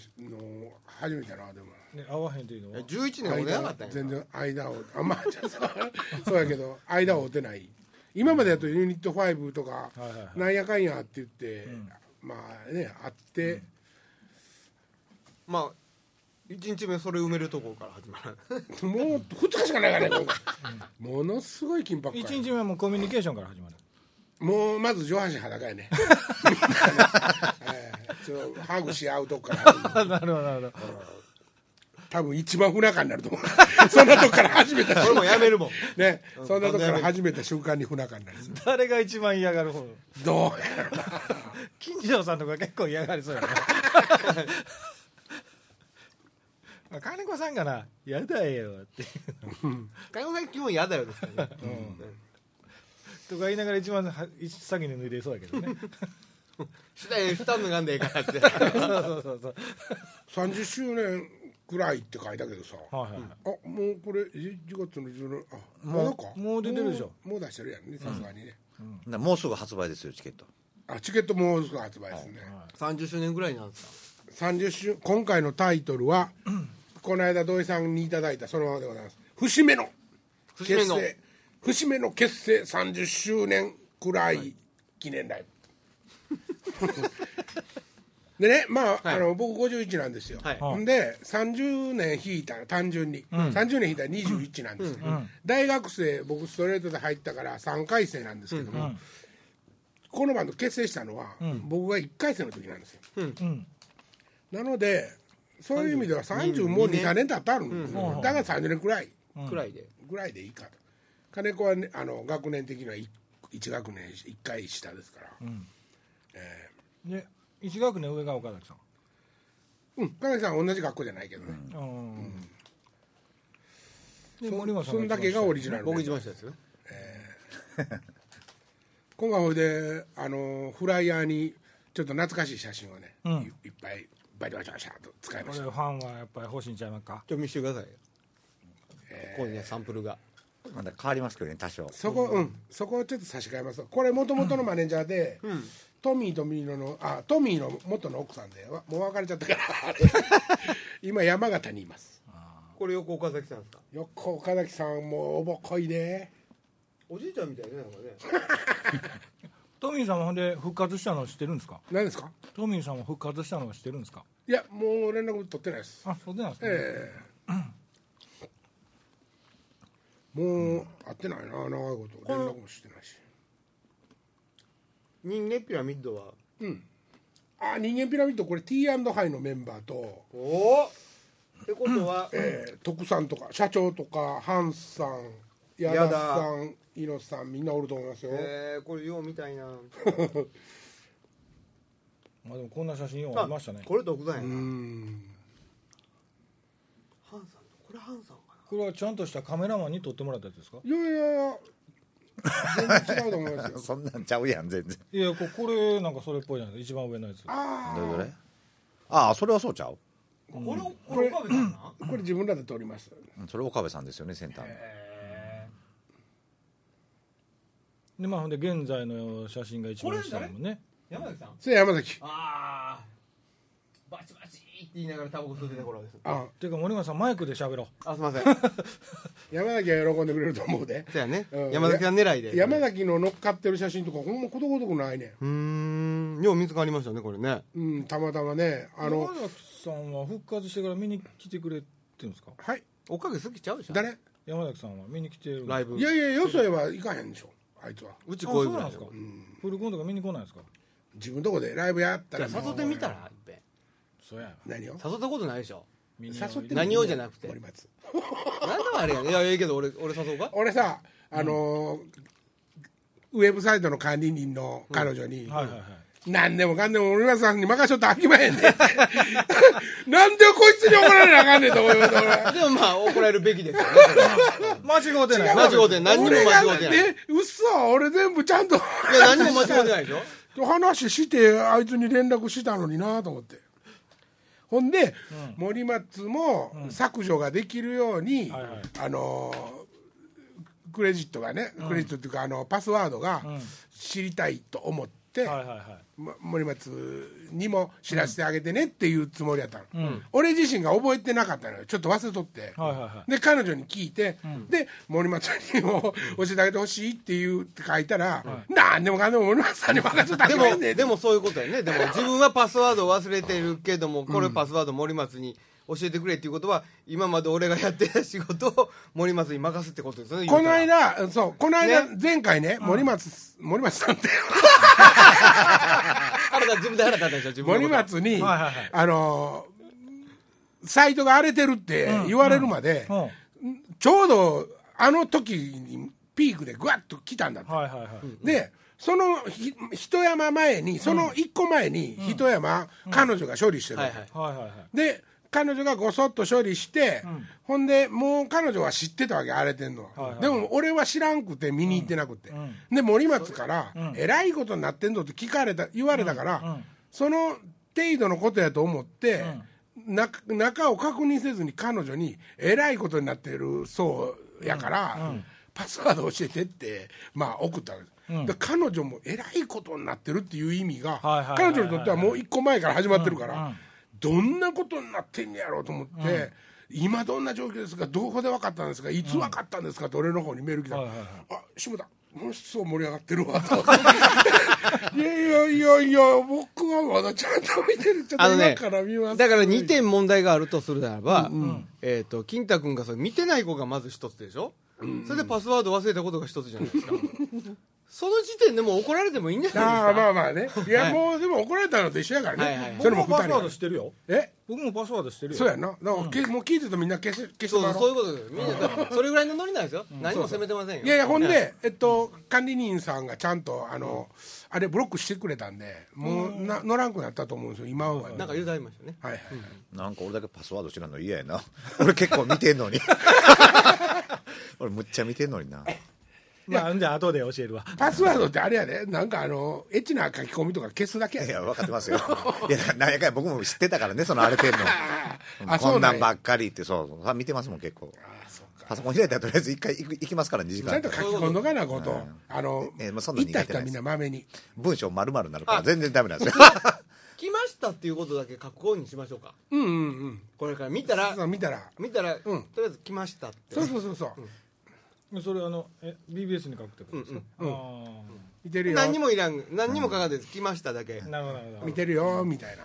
Speaker 1: 初めてやなでも
Speaker 2: ね合わへんというのは
Speaker 3: 11年俺なかったんや
Speaker 1: 全然間をあまあじゃあそうそうやけど間を追ってない今までだとユニット5とか
Speaker 2: はいはいはい
Speaker 1: なんやかんやって言ってまあね会って
Speaker 3: まあ1日目それ埋めるとこから始まる
Speaker 1: もう2日しかないからね今回ものすごい緊迫感
Speaker 2: 1日目はもうコミュニケーションから始まる
Speaker 1: もうまず上半身裸やね。みんなねはいちょハグし合うとこから
Speaker 2: あなるほどなるほど
Speaker 1: 多分一番不仲になると思う。そんなとこから始めた
Speaker 3: 俺
Speaker 1: 瞬
Speaker 3: も
Speaker 1: 間
Speaker 3: やめるもん
Speaker 1: ね、そんなとこから始めた瞬間に不仲になる。
Speaker 2: 誰が一番嫌がる方
Speaker 1: どうやろな。
Speaker 2: 金城さんとか結構嫌がり そうやなまあ金子さんかな「やだよ」って
Speaker 3: 金子さん基本嫌だよですからね
Speaker 2: とか言いながら一番は一先に脱いでそうやけどね
Speaker 3: 下へ負担脱がんでええから って
Speaker 2: そうそうそうそう
Speaker 1: 三十周年くらいって書いたけどさ。あ、
Speaker 2: はいはい、
Speaker 1: もうこれ1月の17あ、まだか。
Speaker 2: もう出てるでしょ
Speaker 1: もう。もう出してるやんね、さすがにね。
Speaker 4: なもうすぐ発売ですよチケット
Speaker 1: あ、チケットもうすぐ発売ですね。
Speaker 3: 30周年ぐらいなんです
Speaker 1: 30週今回のタイトルは、この間土井さんにいただいたそのままでございます節目の
Speaker 3: 節目の
Speaker 1: 結成節目の結成30周年くらい記念ライブ でねまあ,、
Speaker 3: はい
Speaker 1: あの僕51なんですよ、
Speaker 3: はい
Speaker 1: ほんで30年引いたら単純に、30年引いたら21なんですけど、大学生僕ストレートで入ったから3回生なんですけども、このバンド結成したのは、僕が1回生の時なんですよ、なのでそういう意味では30もう23年経ったるんですよ、だから30年くらい
Speaker 3: かくらいで
Speaker 1: ぐらいでいいかと金子は、ね、あの学年的には 1, 学年1回下ですから
Speaker 2: で一学年上が岡崎さん
Speaker 1: うん金子さんは同じ学校じゃないけどね、
Speaker 2: うん、
Speaker 1: そ
Speaker 2: で森本さん
Speaker 1: そんだけがオリジナル
Speaker 3: 僕
Speaker 1: で
Speaker 3: 一番下ですよ
Speaker 1: 今回ほいであのフライヤーにちょっと懐かしい写真をね、いいっぱいバリバリバリバリと使いま
Speaker 2: これ
Speaker 1: し
Speaker 2: フ
Speaker 1: た
Speaker 2: ァンはやっぱり欲しいんちゃいますか
Speaker 3: ちょ見せてくださいよここにねサンプルが
Speaker 4: まだ変わりますけどね多少
Speaker 1: そこ、うん、そこをちょっと差し替えます。これ、もともとのマネージャーで、トミーとミーノの、あ、トミーの元の奥さんで、わもう別れちゃったから、あれ今、山形にいます。
Speaker 3: これ横岡崎さんですか
Speaker 1: 横岡崎さんもおぼこいで、
Speaker 3: おじいちゃんみたいねなんかね
Speaker 2: トミーさんはほんで復活したの知ってるんですか
Speaker 1: 何ですか
Speaker 2: トミーさんも復活したのは知ってるんですか
Speaker 1: いや、もう連絡取ってないです。
Speaker 2: あそうなんですね、
Speaker 1: ええもう会ってないな、長いこと、連絡もしてないし。
Speaker 3: 人間ピラミッドは
Speaker 1: あ、人間ピラミッド、これ T&I のメンバーと、
Speaker 3: おおってこと は
Speaker 1: えー、徳さんとか社長とかハンさん矢田さん猪瀬さんみんなおると思いますよ、
Speaker 3: えーこれようみたいな
Speaker 2: まあでもこんな写真をありましたね
Speaker 3: これ独断や
Speaker 1: う
Speaker 3: なんハンさんとこれハンさんか
Speaker 2: これはちゃんとしたカメラマンに撮ってもらったやつですか
Speaker 1: いやいやいや全然違うと思い ますよ
Speaker 4: そんなんちゃうやん全然
Speaker 2: いやここれなんかそれっぽいじゃないですか一番上のやつ
Speaker 1: あ
Speaker 4: どれどれああそれはそうちゃう
Speaker 3: これこれ岡部さんな
Speaker 1: これ自分らで撮ります
Speaker 4: うんそれ岡部さんですよねセンターの
Speaker 2: でまあほんで現在の写真が一番下やもんね
Speaker 3: 山崎さん
Speaker 1: それ山崎
Speaker 3: ああバチバチって言いながらタバコ吸ってた頃です
Speaker 1: あ
Speaker 2: ていうか森川さんマイクで喋ろう
Speaker 3: あすいま せんそ
Speaker 1: 山崎は喜んでくれると思うで
Speaker 3: やね
Speaker 1: うん
Speaker 3: 山崎さん狙いで
Speaker 1: 山崎の乗っかってる写真とかほんまことごとくないね
Speaker 3: うーんよう見つかりましたねこれね
Speaker 1: んうんたまたまねあの
Speaker 2: 山崎さんは復活してから見に来てくれてるんですか
Speaker 1: はい
Speaker 3: おかげ好きちゃうじゃん
Speaker 1: 誰
Speaker 2: 山崎さんは見に来てる
Speaker 3: ライブ
Speaker 1: いやいやよそへは行かへんでしょあいつは
Speaker 3: う
Speaker 2: あ
Speaker 3: ちこ
Speaker 2: そう
Speaker 3: いううぐ
Speaker 2: なんで
Speaker 3: らい
Speaker 2: すかフルコントが見に来ないんですか
Speaker 1: 自分とこでライブやった
Speaker 3: じゃ
Speaker 1: ら
Speaker 3: あ誘ってみたらいっぺん
Speaker 2: そうや
Speaker 1: 何を
Speaker 3: 誘ったことないでしょ
Speaker 2: 見に
Speaker 1: 誘ってみ
Speaker 3: 何をじゃなくて
Speaker 1: 森松
Speaker 3: なんでもあれやねいやいいけど俺俺誘うか
Speaker 1: 俺さあのーウェブサイトの管理人の彼女に、
Speaker 2: はいはいはい
Speaker 1: 何でもかんでも森松さんに任しとったらあきまへんね なんでこいつに怒られなあかんねんと思います俺
Speaker 3: でもまあ怒られるべきですよね
Speaker 2: 間違うてない
Speaker 3: 間違うて何にも間違うて
Speaker 1: 俺
Speaker 3: ない
Speaker 1: がね嘘俺全部ちゃんと
Speaker 3: いや何も間違うてないでし ょ
Speaker 1: 話してあいつに連絡したのになと思ってほんで、森松も削除ができるように、
Speaker 2: はいはい
Speaker 1: あのークレジットがねクレジットっていうか、あのパスワードが知りたいと思って、
Speaker 2: はいはいは
Speaker 1: ま森松にも知らせてあげてねっていうつもりやったの、俺自身が覚えてなかったのよちょっと忘れとって、
Speaker 2: はいはいは
Speaker 1: で彼女に聞いて、で森松にも教えてあげてほしいっていうって書いたら、なんでもかんでも森松さんに任せた
Speaker 3: で
Speaker 1: らあかんね
Speaker 3: も
Speaker 1: ん
Speaker 3: でもそういうことやねでも自分はパスワードを忘れてるけどもこれパスワード森松に教えてくれっていうことは今まで俺がやってた仕事を森松に任すってことですよね
Speaker 1: この
Speaker 3: 言うたら
Speaker 1: 間そうこの間、
Speaker 3: ね
Speaker 1: 前回ね森松、森松さんって
Speaker 3: 腹立つ自分で腹立ったでしょ自分
Speaker 1: 森
Speaker 3: のこと
Speaker 1: 松に、
Speaker 2: はいはいはい
Speaker 1: あのーサイトが荒れてるって言われるまで、
Speaker 2: い
Speaker 1: ちょうどあの時にピークでぐわっと来たんだって
Speaker 2: うんはいはいはい
Speaker 1: でそのひ一山前にその一個前に一山、彼女が処理してる、
Speaker 3: はいはい
Speaker 2: はいはいはい
Speaker 1: で彼女がごそっと処理して、ほんでもう彼女は知ってたわけ荒れてんのは、
Speaker 2: はいはい
Speaker 1: でも俺は知らんくて見に行ってなくて、
Speaker 2: ん
Speaker 1: で森松から、えらいことになってんぞ」って聞かれた言われたから、
Speaker 2: うんうん
Speaker 1: その程度のことやと思って、な中を確認せずに彼女に「えらいことになってるそうやから、パスワード教えて」ってまあ送ったわけです。で彼女もえらいことになってるっていう意味が
Speaker 2: はいはいはい
Speaker 1: 彼
Speaker 2: はい
Speaker 1: 女にとってはもう一個前から始まってるから、どんなことになってんねやろうと思って、今どんな状況ですかどこで分かったんですかいつ分かったんですかって俺の方にメール来た、
Speaker 2: はいはいはい
Speaker 1: あ下田ものすごい盛り上がってるわと いやいやいやいや僕はまだちゃんと見てるちょっ
Speaker 3: あ
Speaker 1: と
Speaker 3: のね
Speaker 1: 今から見ます
Speaker 3: だから2点問題があるとするならば、えっ、と、金太君がそれ見てない子がまず一つでしょ、それでパスワード忘れたことが一つじゃないですか。 その時点でもう怒られてもいいんじゃ
Speaker 1: あ
Speaker 3: な
Speaker 1: あ
Speaker 3: いですか
Speaker 1: まあまあねいや、
Speaker 3: はい
Speaker 1: もうでも怒られたのと一緒やからね、
Speaker 3: はいはいはい
Speaker 1: それ
Speaker 2: 僕
Speaker 1: も
Speaker 2: も
Speaker 1: 二
Speaker 2: パス
Speaker 1: 人
Speaker 2: ワー
Speaker 1: や
Speaker 2: ドしてるよ
Speaker 1: え
Speaker 2: 僕もパスワードしてるよ
Speaker 1: そうやんなだからけもう聞いてたみんな消せ消して
Speaker 3: そう
Speaker 1: も
Speaker 3: そ
Speaker 1: らお
Speaker 3: う
Speaker 1: う
Speaker 3: そういうことです。みんな、だからそれぐらいのノリなんですよ。何も責めてませんよ。
Speaker 1: いやいや、ほん
Speaker 3: ね。
Speaker 1: で、えっと、管理人さんがちゃんと、あの、あれ、ブロックしてくれたんで、もう、な、乗らんくなったと思うんですよ、今はね。
Speaker 3: なん
Speaker 1: はい
Speaker 3: か言うてありましたね。
Speaker 1: はい。
Speaker 4: なんか俺だけパスワード知らんの嫌やな 俺結構見てんのに 俺むっちゃ見てんのにな
Speaker 2: まあじゃあ後で教えるわ
Speaker 1: パスワードってあれやで、なんかあの、エッチな書き込みとか消すだけや
Speaker 4: い
Speaker 1: で。
Speaker 4: や分かってますよいや何やかんや僕も知ってたからねその荒れてんの
Speaker 1: あ
Speaker 4: こんなんば
Speaker 1: や
Speaker 4: っかりってそうそう見てますもん結構パソコン開いたらとりあえず一回行く行きますから2時
Speaker 1: ちゃん
Speaker 4: 間
Speaker 1: と書き込んどかなこと、あの、
Speaker 4: ええまあそんな
Speaker 1: 行
Speaker 4: に
Speaker 1: った人はみんなまめに。
Speaker 4: 文章丸々になるから全然ダメなんですよ
Speaker 3: 来ましたっていうことだけ書くようにしましょうか。
Speaker 1: うんうんうん。
Speaker 3: これから見たら
Speaker 1: そう、見たら。
Speaker 3: 見たら、
Speaker 1: うん
Speaker 3: とりあえず来ましたって。
Speaker 1: そうそうそうそう。
Speaker 2: それあのえ BBS に書くってことですかあ
Speaker 1: 見てるよ。
Speaker 3: 何にもいらん、何にも書かずに来ましただけ。
Speaker 2: あなるほどなるほ
Speaker 1: 見
Speaker 2: ど
Speaker 1: てるよ、みたいな。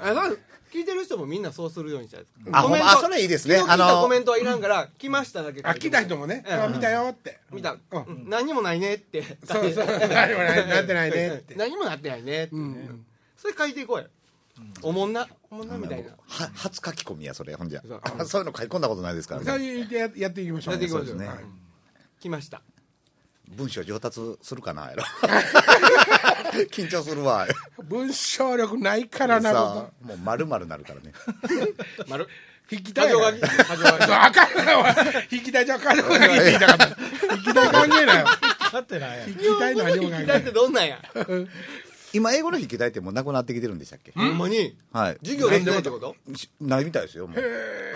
Speaker 3: あそう聞いてる人もみんなそうするようにしたいです
Speaker 4: あ
Speaker 3: コメント
Speaker 4: ほんまあそれいいですね
Speaker 3: 昨日聞い
Speaker 4: あ
Speaker 3: た
Speaker 4: の
Speaker 3: コメントはいらんから来ましただけ
Speaker 1: あ、来た人もね、
Speaker 3: うん
Speaker 1: あ見たよって。
Speaker 3: 見た、
Speaker 1: うん
Speaker 3: うん何にもないねって
Speaker 1: そう そう。何もないなってないねって。
Speaker 3: 何もなってないねって、
Speaker 1: ん
Speaker 3: それ書いていこうよ、おもんなおもんなみたいな
Speaker 4: は初書き込みやそれほんじゃ
Speaker 3: そう
Speaker 4: そういうの書き込んだことないですから
Speaker 1: そう
Speaker 4: ね
Speaker 1: いうややっていきましょう。
Speaker 3: やっていきましょう
Speaker 1: そですはい
Speaker 3: 来ました
Speaker 4: 文章上達するかなや ろ緊張するわ
Speaker 1: 文章力ないからな
Speaker 4: さ
Speaker 1: こ
Speaker 4: あもう丸々なるからね
Speaker 3: 丸
Speaker 1: と引きた
Speaker 3: 箇
Speaker 1: い
Speaker 3: 条
Speaker 1: な
Speaker 3: 書き箇条書 き
Speaker 1: そうあかんわ引きたいじゃあ彼女 が言っていたかった引きたい関係ないよ
Speaker 2: だってない
Speaker 1: 引きたい何も関
Speaker 3: 引
Speaker 1: 係
Speaker 3: き
Speaker 1: な
Speaker 3: たい
Speaker 1: い
Speaker 3: ってどんなんや
Speaker 4: 今英語の筆記体ってもうなくなってきてるんでしたっけ
Speaker 3: ほんまに
Speaker 4: はい
Speaker 3: 授業やってないってこと
Speaker 4: しないみたいですよもう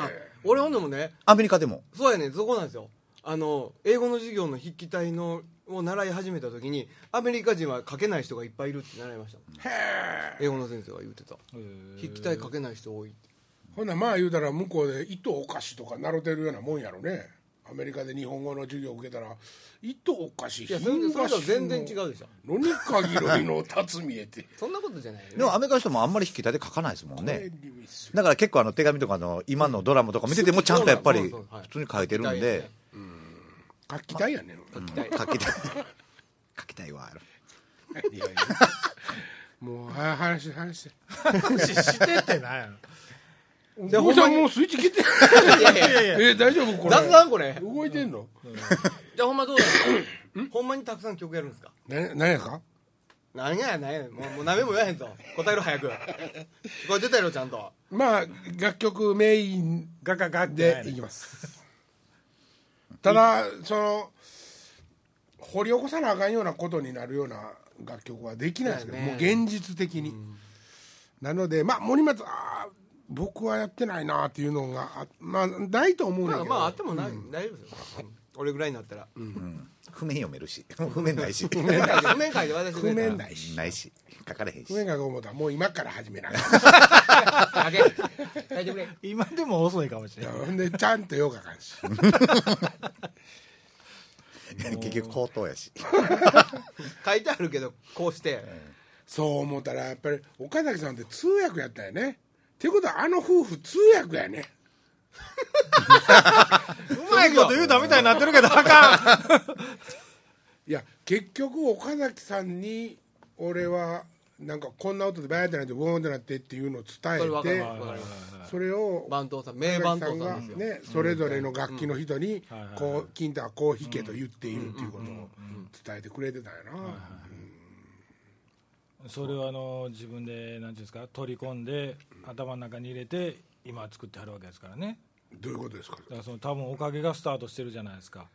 Speaker 3: あ俺ほんでもね
Speaker 4: アメリカでも
Speaker 3: そうやねそこなんですよあの英語の授業の筆記体のを習い始めた時にアメリカ人は書けない人がいっぱいいるって習いましたもん英語の先生が言ってた筆記体書けない人多いって
Speaker 1: ほんならまあ言うたら向こうで糸お菓子とか習ってるようなもんやろねアメリカで日本語の授業受けたら糸お菓子
Speaker 3: いやそれそれとは全然違
Speaker 1: う
Speaker 3: うでしょ
Speaker 1: のに限ろいの辰見え て
Speaker 3: そんなことじゃないよね
Speaker 4: でもアメリカの人もあんまり筆記体で書かないですもんねだから結構あの手紙とかの今のドラマとか見ててもちゃんとやっぱり
Speaker 3: そうそうはい
Speaker 4: 普通に書いてるんで
Speaker 1: 書きたいやねん
Speaker 3: 書き
Speaker 4: 書
Speaker 3: たい
Speaker 4: きたい 書きたいわ
Speaker 1: いやいやもうは話して話して
Speaker 2: 話してってなんや
Speaker 3: じゃあ
Speaker 1: お坊
Speaker 3: ほん
Speaker 1: さ
Speaker 3: ま
Speaker 1: ん
Speaker 3: に
Speaker 1: もうスイッチ切って
Speaker 3: いやいやいや
Speaker 1: え大丈夫これ
Speaker 3: 雑談これ
Speaker 1: 動いてんの
Speaker 3: じゃあほんまどうだろう ほんまにたくさん曲やるんですか
Speaker 1: な何やか
Speaker 3: 何や何やもうもう何も言わへんぞ答えろ早くこれ出たよちゃんと
Speaker 1: まあ楽曲メイン
Speaker 2: ガガガってな
Speaker 1: でい
Speaker 2: いね
Speaker 1: きます ただその掘り起こさなあかんようなことになるような楽曲はできないですけど、
Speaker 3: だよね
Speaker 1: もう現実的に、なのでまあ森松あー僕はやってないなっていうのがあまあないと思うんだ
Speaker 3: ま
Speaker 1: け
Speaker 3: あ
Speaker 1: ど、
Speaker 3: まああってもない大丈夫ですようん俺ぐらいになったら
Speaker 4: 譜面読めるし 譜面ないし
Speaker 3: 譜面書いて譜面書いて私
Speaker 1: 譜面ないし
Speaker 4: ないし書かれへんし
Speaker 1: 譜面が思ったらもう今から始めなあかん
Speaker 3: 書け 書いてくれ
Speaker 2: 今でも遅いかもしれない
Speaker 1: ほんでちゃんとようかかんし
Speaker 4: 結局口頭やし
Speaker 3: 書いてあるけどこうして
Speaker 1: そう思ったらやっぱり岡崎さんって通訳やったよねっていうことはあの夫婦通訳やね
Speaker 2: うまいこと言うたみたいになってるけどあかん
Speaker 1: いや結局岡崎さんに俺はなんかこんな音でバーってなってボーンってなってっていうのを伝
Speaker 3: それわか
Speaker 1: え
Speaker 3: る
Speaker 1: て
Speaker 3: わかるわか
Speaker 1: それを
Speaker 3: る番頭さん名番
Speaker 1: 岡
Speaker 3: 頭
Speaker 1: 崎
Speaker 3: さん
Speaker 1: さ
Speaker 3: です
Speaker 1: んが
Speaker 3: よ
Speaker 1: ねそれぞれの楽器の人にこう金太はこう弾けと言っているっていうことを伝えてくれてたよな
Speaker 2: それをあの自分で何ていうんですか取り込んで頭の中に入れて今作ってはるわけですからね
Speaker 1: どういうことですか
Speaker 2: だからその多分おかげがスタートしてるじゃないですか、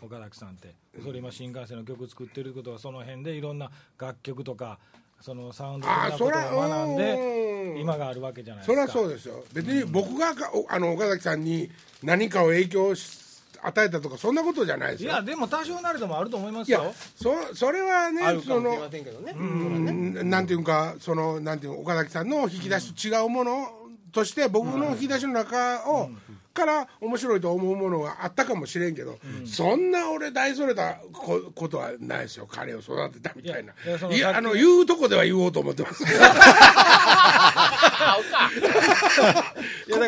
Speaker 2: 岡崎さんってそれ今新幹線の曲作ってることはその辺でいろんな楽曲とかそのサウンド的なことを学ん
Speaker 1: あそらう
Speaker 2: で
Speaker 1: ん
Speaker 2: 今があるわけじゃない
Speaker 1: そ
Speaker 2: です
Speaker 1: り
Speaker 2: か
Speaker 1: ゃそうですよ別に僕がかおあの岡崎さんに何かを影響し与えたとかそんなことじゃないです
Speaker 2: い
Speaker 1: よ
Speaker 2: やでも多少なりともあると思いま
Speaker 1: い
Speaker 2: す
Speaker 1: や
Speaker 2: よ
Speaker 1: そそれはね
Speaker 3: あるか
Speaker 1: そ
Speaker 3: もしれ
Speaker 1: の
Speaker 3: ませんけどね
Speaker 1: うんなんていうかそのなんていうの岡崎さんの引き出しと違うものとして僕の引き出しの中を、から面白いと思うものがあったかもしれんけど、そんな俺大それたこことはないですよ彼を育てたみたいない
Speaker 2: やいやその
Speaker 1: いやあの
Speaker 2: 楽器
Speaker 1: 言うとこでは言おうと思ってますこ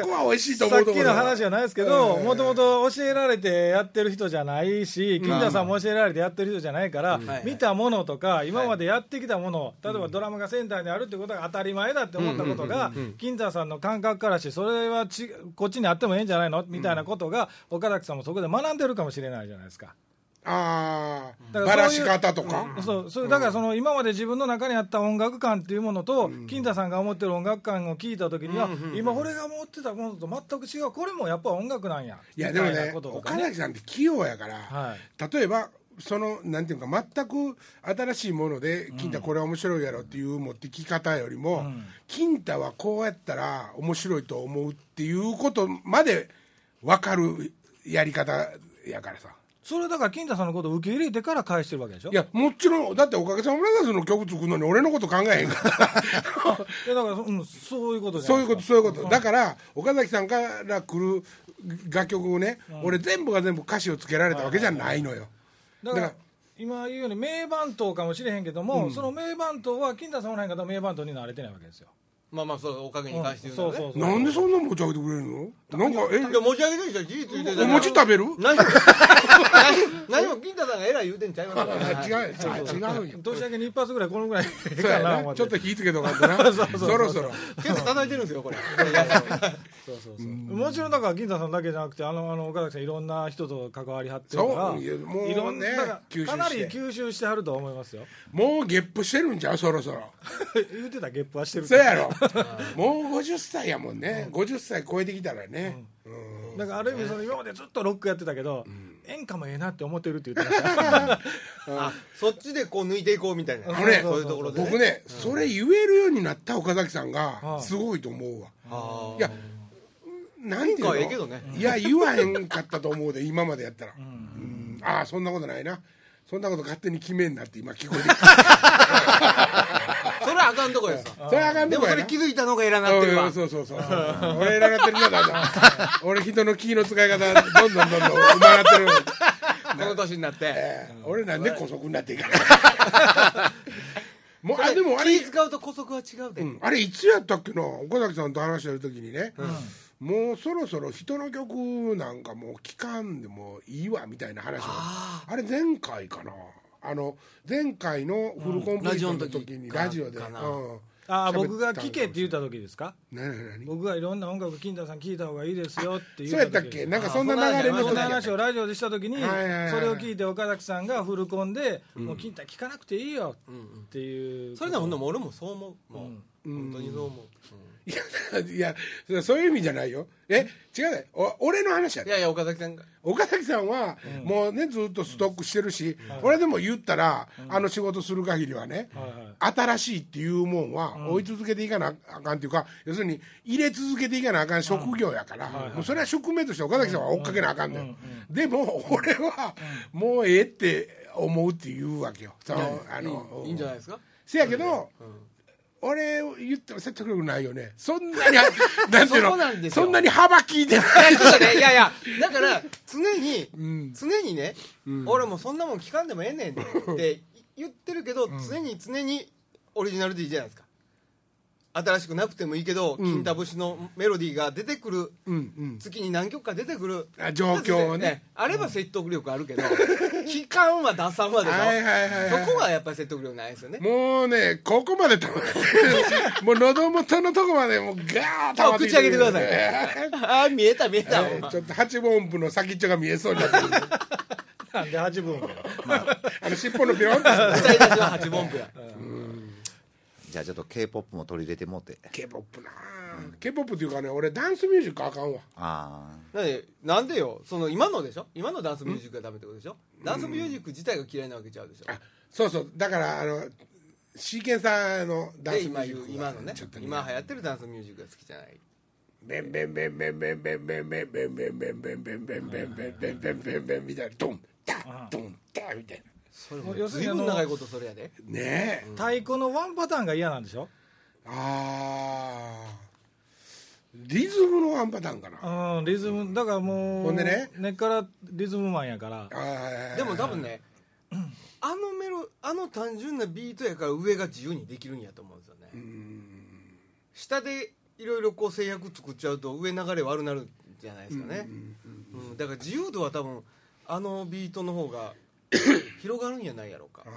Speaker 1: こは美味しいと
Speaker 2: さ
Speaker 1: 思う
Speaker 2: っ
Speaker 1: とこ
Speaker 2: き
Speaker 1: ろだ
Speaker 2: の話じゃないですけどもともと教えられてやってる人じゃないし金田さんも教えられてやってる人じゃないから
Speaker 3: はい
Speaker 2: 見たものとか今までやってきたもの例えばドラムがセンターにあるってことが当たり前だって思ったことが金田さんの感覚からしてそれはちこっちにあってもええんじゃないのみたいなことが岡崎さんもそこで学んでるかもしれないじゃないですか。
Speaker 1: ああ
Speaker 2: だ
Speaker 1: ば
Speaker 2: から
Speaker 1: ら
Speaker 2: そうい
Speaker 1: し
Speaker 2: う
Speaker 1: 方とか、
Speaker 2: そうそうだからその今まで自分の中にあった音楽観っていうものと、金田さんが思ってる音楽観を聞いた時には、今俺が思ってたものと全く違うこれもやっぱ音楽なんや
Speaker 1: いやでも
Speaker 2: みたい
Speaker 1: ね
Speaker 2: なことと
Speaker 1: 岡
Speaker 2: かね
Speaker 1: 崎さんって器用やから、
Speaker 2: は
Speaker 1: 例えばそのなんていうか全く新しいもので「金太これは面白いやろ」っていう持ってき方よりも、金太はこうやったら面白いと思うっていうことまで分かるやり方やからさ
Speaker 2: それだから金田さんのことを受け入れてから返してるわけでしょ
Speaker 1: いやもちろんだって「おかげさまブラザーズ」の曲作るのに俺のこと考えへんから。
Speaker 2: いやだからそ,、うん、そういうことじゃ
Speaker 1: そう
Speaker 2: ないいうで
Speaker 1: こ
Speaker 2: す
Speaker 1: とそ
Speaker 2: か
Speaker 1: ういうことだから岡崎さんから来る楽曲をね、俺全部が全部歌詞をつけられたわけじゃないのよ、
Speaker 2: だから
Speaker 1: だから
Speaker 2: 今言うように名番頭かもしれへんけども、その名番頭は金田さんおらへんかったら名番頭になれてないわけですよ、
Speaker 3: まあまあそうおかげに関して言う
Speaker 2: そ
Speaker 3: の
Speaker 2: う
Speaker 3: は
Speaker 2: そ
Speaker 3: ね
Speaker 2: うそう
Speaker 1: なんでそんな持ち上げてくれるのなんか
Speaker 3: いや持ち上げてる人は事実言ってた
Speaker 1: え
Speaker 3: ら
Speaker 1: お餅食べる
Speaker 3: 何も何も金太さんが偉い言うてんちゃいますか
Speaker 1: あ
Speaker 3: ら
Speaker 1: 違うよあ違うよ
Speaker 2: 年明けに一発ぐらいこのぐらいええ
Speaker 1: そうや
Speaker 2: かな思
Speaker 1: な
Speaker 2: っ
Speaker 1: ちょ
Speaker 2: て
Speaker 1: っと火つけとかんとなそろそろ
Speaker 3: 結構叩いてるんですよこれ
Speaker 2: そうそうそうもちろんだから銀座さんだけじゃなくてあのあの岡崎さんいろんな人と関わりはってるから
Speaker 1: そういやもうね
Speaker 2: いろんなだから
Speaker 1: 吸収して
Speaker 2: かなり吸収してはると思 いますよ
Speaker 1: もうゲップしてるんじゃうそろそろ
Speaker 2: 言うてたゲップはしてる
Speaker 1: そう
Speaker 2: けど
Speaker 1: やろもう50歳やもんね50歳超えてきたらね、
Speaker 2: だだからある意味その今までずっとロックやってたけど、演歌もええなって思ってるって言ってました
Speaker 3: あそっちでこう抜いていこうみたいな
Speaker 1: あのね
Speaker 3: そういうところで、
Speaker 1: 僕ね、それ言えるようになった岡崎さん
Speaker 2: は
Speaker 1: が
Speaker 2: い
Speaker 1: すごいと思うわ、
Speaker 3: あー
Speaker 1: いやなんていう
Speaker 3: 演歌
Speaker 1: の
Speaker 3: はええけどね
Speaker 1: いや言わへんかったと思うで今までやったら、うんああそんなことないなそんなこと勝手に決めんなって今聞こえてきた
Speaker 3: それはあかんとこですわ
Speaker 1: それあかん
Speaker 3: で
Speaker 1: と
Speaker 3: も
Speaker 1: こや
Speaker 3: それ
Speaker 1: な
Speaker 3: 気づいたのがいらなってるわ
Speaker 1: うんそうそうそうそう俺らなってるなだな 俺人の気の使い方どんどんどんどん上手なってる、
Speaker 3: この年になって
Speaker 1: えー俺なんで姑息になってい かないもうあ
Speaker 3: あ
Speaker 1: で
Speaker 3: でも
Speaker 1: も
Speaker 3: あ
Speaker 1: あ
Speaker 3: れ
Speaker 1: れ
Speaker 3: 気使うと姑息は違うで、
Speaker 1: うんあれいつやったっけな岡崎さんと話してる時にね、もうそろそろ人の曲なんかもう聞かんでもいいわみたいな話をあれ前回かなあの前回のフルコンプリートの時に
Speaker 3: うんラ
Speaker 1: ラ
Speaker 3: ジ
Speaker 1: ジ
Speaker 3: オ
Speaker 1: オ
Speaker 3: の時
Speaker 1: で、
Speaker 3: かかな
Speaker 1: うん
Speaker 2: ああ僕が聴けって言った時ですか
Speaker 1: 何何何
Speaker 2: 僕がいろんな音楽金田さん聴いた方がいいですよって言
Speaker 1: そうやったっ
Speaker 2: 時
Speaker 1: け
Speaker 2: です
Speaker 1: なんかそんな流れの時
Speaker 2: そんな
Speaker 1: やったっ
Speaker 2: 話
Speaker 1: け
Speaker 2: をラジオでした時に、
Speaker 1: はいはいはい
Speaker 2: それを聞いて岡崎さんがフルコンで「もう金太聞かなくていいよ」っていう、
Speaker 3: それでもほんでも俺もそう思うもう、本当にそう思う、
Speaker 1: いやいやそそういう意味じゃないよえ違うねお俺の話や
Speaker 3: い
Speaker 1: で
Speaker 3: やいや岡崎さんが
Speaker 1: 岡崎さんはもうねずっとストックしてるし、俺でも言ったら、あの仕事する限りはね、
Speaker 2: はいはい
Speaker 1: 新しいっていうもんは追い続けていかなあかんっていうか、要するに入れ続けていかなあかん職業やから、もうそれは職名として岡崎さんは追っかけなあかんのよ、でも俺はもうええって思うっていうわけよそのあの
Speaker 3: いいんじゃないですか
Speaker 1: せやけど、俺言っても説得力ないよねそんなに なんていうの
Speaker 3: そこなんですよ
Speaker 1: そんなに幅利いてない
Speaker 3: いやちょっと ねいやいやだから常に、常にね、俺もうそんなもん聞かんでもええねんって言ってるけど、常に常にオリジナルでいいじゃないですか新しくなくてもいいけど、金田節のメロディーが出てくる、
Speaker 1: うんうん
Speaker 3: 月に何曲か出てくる
Speaker 1: あ状況をね
Speaker 3: あれば説得力あるけど、期間は出さんわでしょ、
Speaker 1: はいはいはいはい
Speaker 3: そこはやっぱり説得力ないですよね
Speaker 1: もうね、ここまで溜まって、もう喉元のとこまでもうガーッ溜まってき
Speaker 3: 口開けてください
Speaker 1: え
Speaker 3: ああ見えた見えた、ほん
Speaker 1: ー
Speaker 3: ま
Speaker 1: ちょっと八分音符の先っちょが見えそうになって る。
Speaker 2: なんで8分
Speaker 1: あの尻尾のピロンって。
Speaker 3: 期待たちは八分音符や
Speaker 4: じゃあちょっと k p o p も取り入れてもうて
Speaker 1: K-POP なぁ。K-POP っていうかね、俺ダンスミュージックあかんわ。
Speaker 4: あ
Speaker 3: なんでなんでよその今のでしょ今のダンスミュージックがダメってことでしょダンスミュージック自体が嫌いなわけちゃうでしょ
Speaker 1: あ、そうそう。だから、あの、シーケンサーのダン
Speaker 3: で
Speaker 1: スミュ
Speaker 3: 今
Speaker 1: ージ
Speaker 3: 言う
Speaker 1: ックが
Speaker 3: 今のね
Speaker 1: ちょっとね。
Speaker 3: 今流行ってるダンスミュージックが好きじゃない
Speaker 1: ベンベンベンベンベンベンベンベンベンベンベンベンベンベンベンベンベンベンベンベンみたいな。ドン、タッ、ドン、タッみたいな。
Speaker 3: それ
Speaker 2: も
Speaker 3: も
Speaker 2: う要する
Speaker 3: 随
Speaker 2: にあの
Speaker 3: 分長いことそれやで
Speaker 1: ねえ。
Speaker 2: 太鼓のワンパターンが嫌なんでしょ
Speaker 1: ああリズムのワンパターンかな
Speaker 2: うんリズムだからもう
Speaker 1: ほんでね
Speaker 2: 根っからリズムマンやから
Speaker 1: あ
Speaker 3: でも多分ねあのメロあの単純なビートやから上が自由にできるんやと思うんですよね下でいろいろこう制約作っちゃうと上流れ悪なるんじゃないですかねうんだから自由度は多分あのビートの方が 広がるんやないやろうか
Speaker 1: あー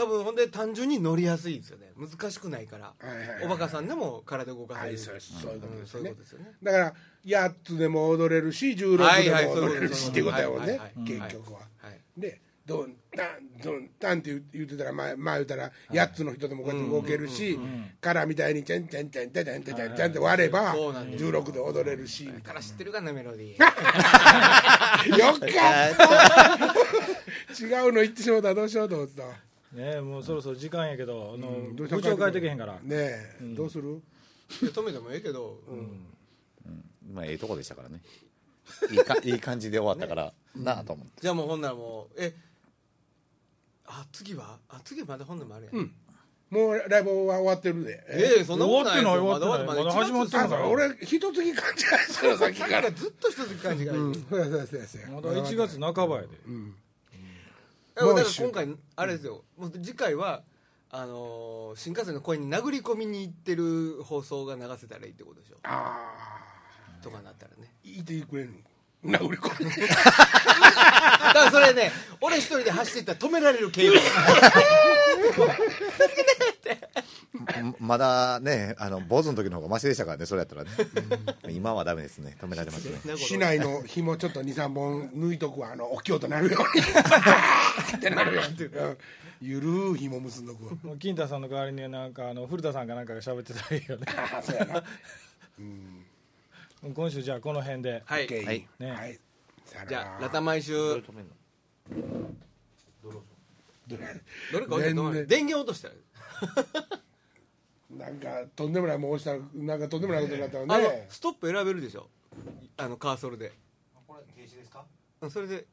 Speaker 3: 多分ほんで単純に乗りやすいですよね難しくないから、
Speaker 1: はいはいはい
Speaker 3: おバカさんでも体動かさ
Speaker 1: は
Speaker 3: れる
Speaker 1: いそうですそういうこと
Speaker 3: うん
Speaker 1: です
Speaker 3: そう
Speaker 1: よね
Speaker 3: いうことですよね
Speaker 1: だから8つでも踊れるし16
Speaker 3: はいはい
Speaker 1: でも
Speaker 3: そういうこと
Speaker 1: 踊れるしっていうことやもん
Speaker 3: はい
Speaker 1: ね
Speaker 3: はい
Speaker 1: 結
Speaker 3: はい
Speaker 1: 局は
Speaker 3: はい
Speaker 1: でドンタンドンタンって言う言ってたら前前言うたら8つの人でもこうやって動けるしカラーみたいにチャンチャンチャンチャンチャンチャンチャンチャンって割れば
Speaker 3: そうなんですよ
Speaker 1: 16で踊れるし
Speaker 3: だから知ってるかなメロデ ィー
Speaker 1: よっかった違うの言ってしまったらどうしようと思ってたわ
Speaker 2: ねもうそろそろ時間やけどあの
Speaker 1: どう
Speaker 2: 部
Speaker 1: しよう
Speaker 2: 長変えてけへんから
Speaker 1: ねえどうする
Speaker 3: 止めてもええけど、
Speaker 4: ー まあええとこでしたからねいい かいい感じで終わったから、なあと思って
Speaker 3: じゃあもうほんならもうえあ次はあ次まだほんならもあるやん、
Speaker 1: もうライブは終わってるで
Speaker 3: ええそんなことないですよ
Speaker 2: 終わってない終わって
Speaker 3: まだ
Speaker 2: ないまだ始まって
Speaker 1: あ
Speaker 2: る
Speaker 1: そう俺一月勘違いしてるさっき
Speaker 3: だ
Speaker 1: か
Speaker 3: かららずっと一つ感じがいい、だ
Speaker 1: そうやそうやそうやそうや
Speaker 2: まだ1月半ばやで、
Speaker 3: から
Speaker 1: も
Speaker 3: だ
Speaker 1: う
Speaker 3: から
Speaker 1: 一週
Speaker 3: 今回あれですよ、もう次回はあのー新幹線の声に殴り込みに行ってる放送が流せたらいいってことでしょ
Speaker 1: あ
Speaker 3: とかなったらね
Speaker 1: ーいてくれんの殴り込み
Speaker 3: だからそれね俺一人で走っていったら止められる警備
Speaker 4: ままだねあの坊主の時の方がマシでしたからねそれやったらね今はダメですね止められます ね
Speaker 1: 市内の紐ちょっと二三本抜いとくわあのお経となるよ うにってなるよっていうゆるー紐結んどくわ
Speaker 2: もう金太さんの代 わりになんかあの古田さんかなんかが喋ってたらいいよね
Speaker 1: あーそうやな
Speaker 2: 今週じゃあこの辺で、
Speaker 3: はい
Speaker 1: OK
Speaker 4: はい
Speaker 2: ね
Speaker 1: はいさよなら
Speaker 3: じゃあラタ毎週どれか置いて
Speaker 1: 全然
Speaker 3: 電源落としたら
Speaker 1: なんかとんでもないもう押したらなんかとんでもないことになったわ
Speaker 3: あの
Speaker 1: ね
Speaker 3: ストップ選べるでしょあのカーソルで
Speaker 4: これ停止ですか
Speaker 3: うんそれで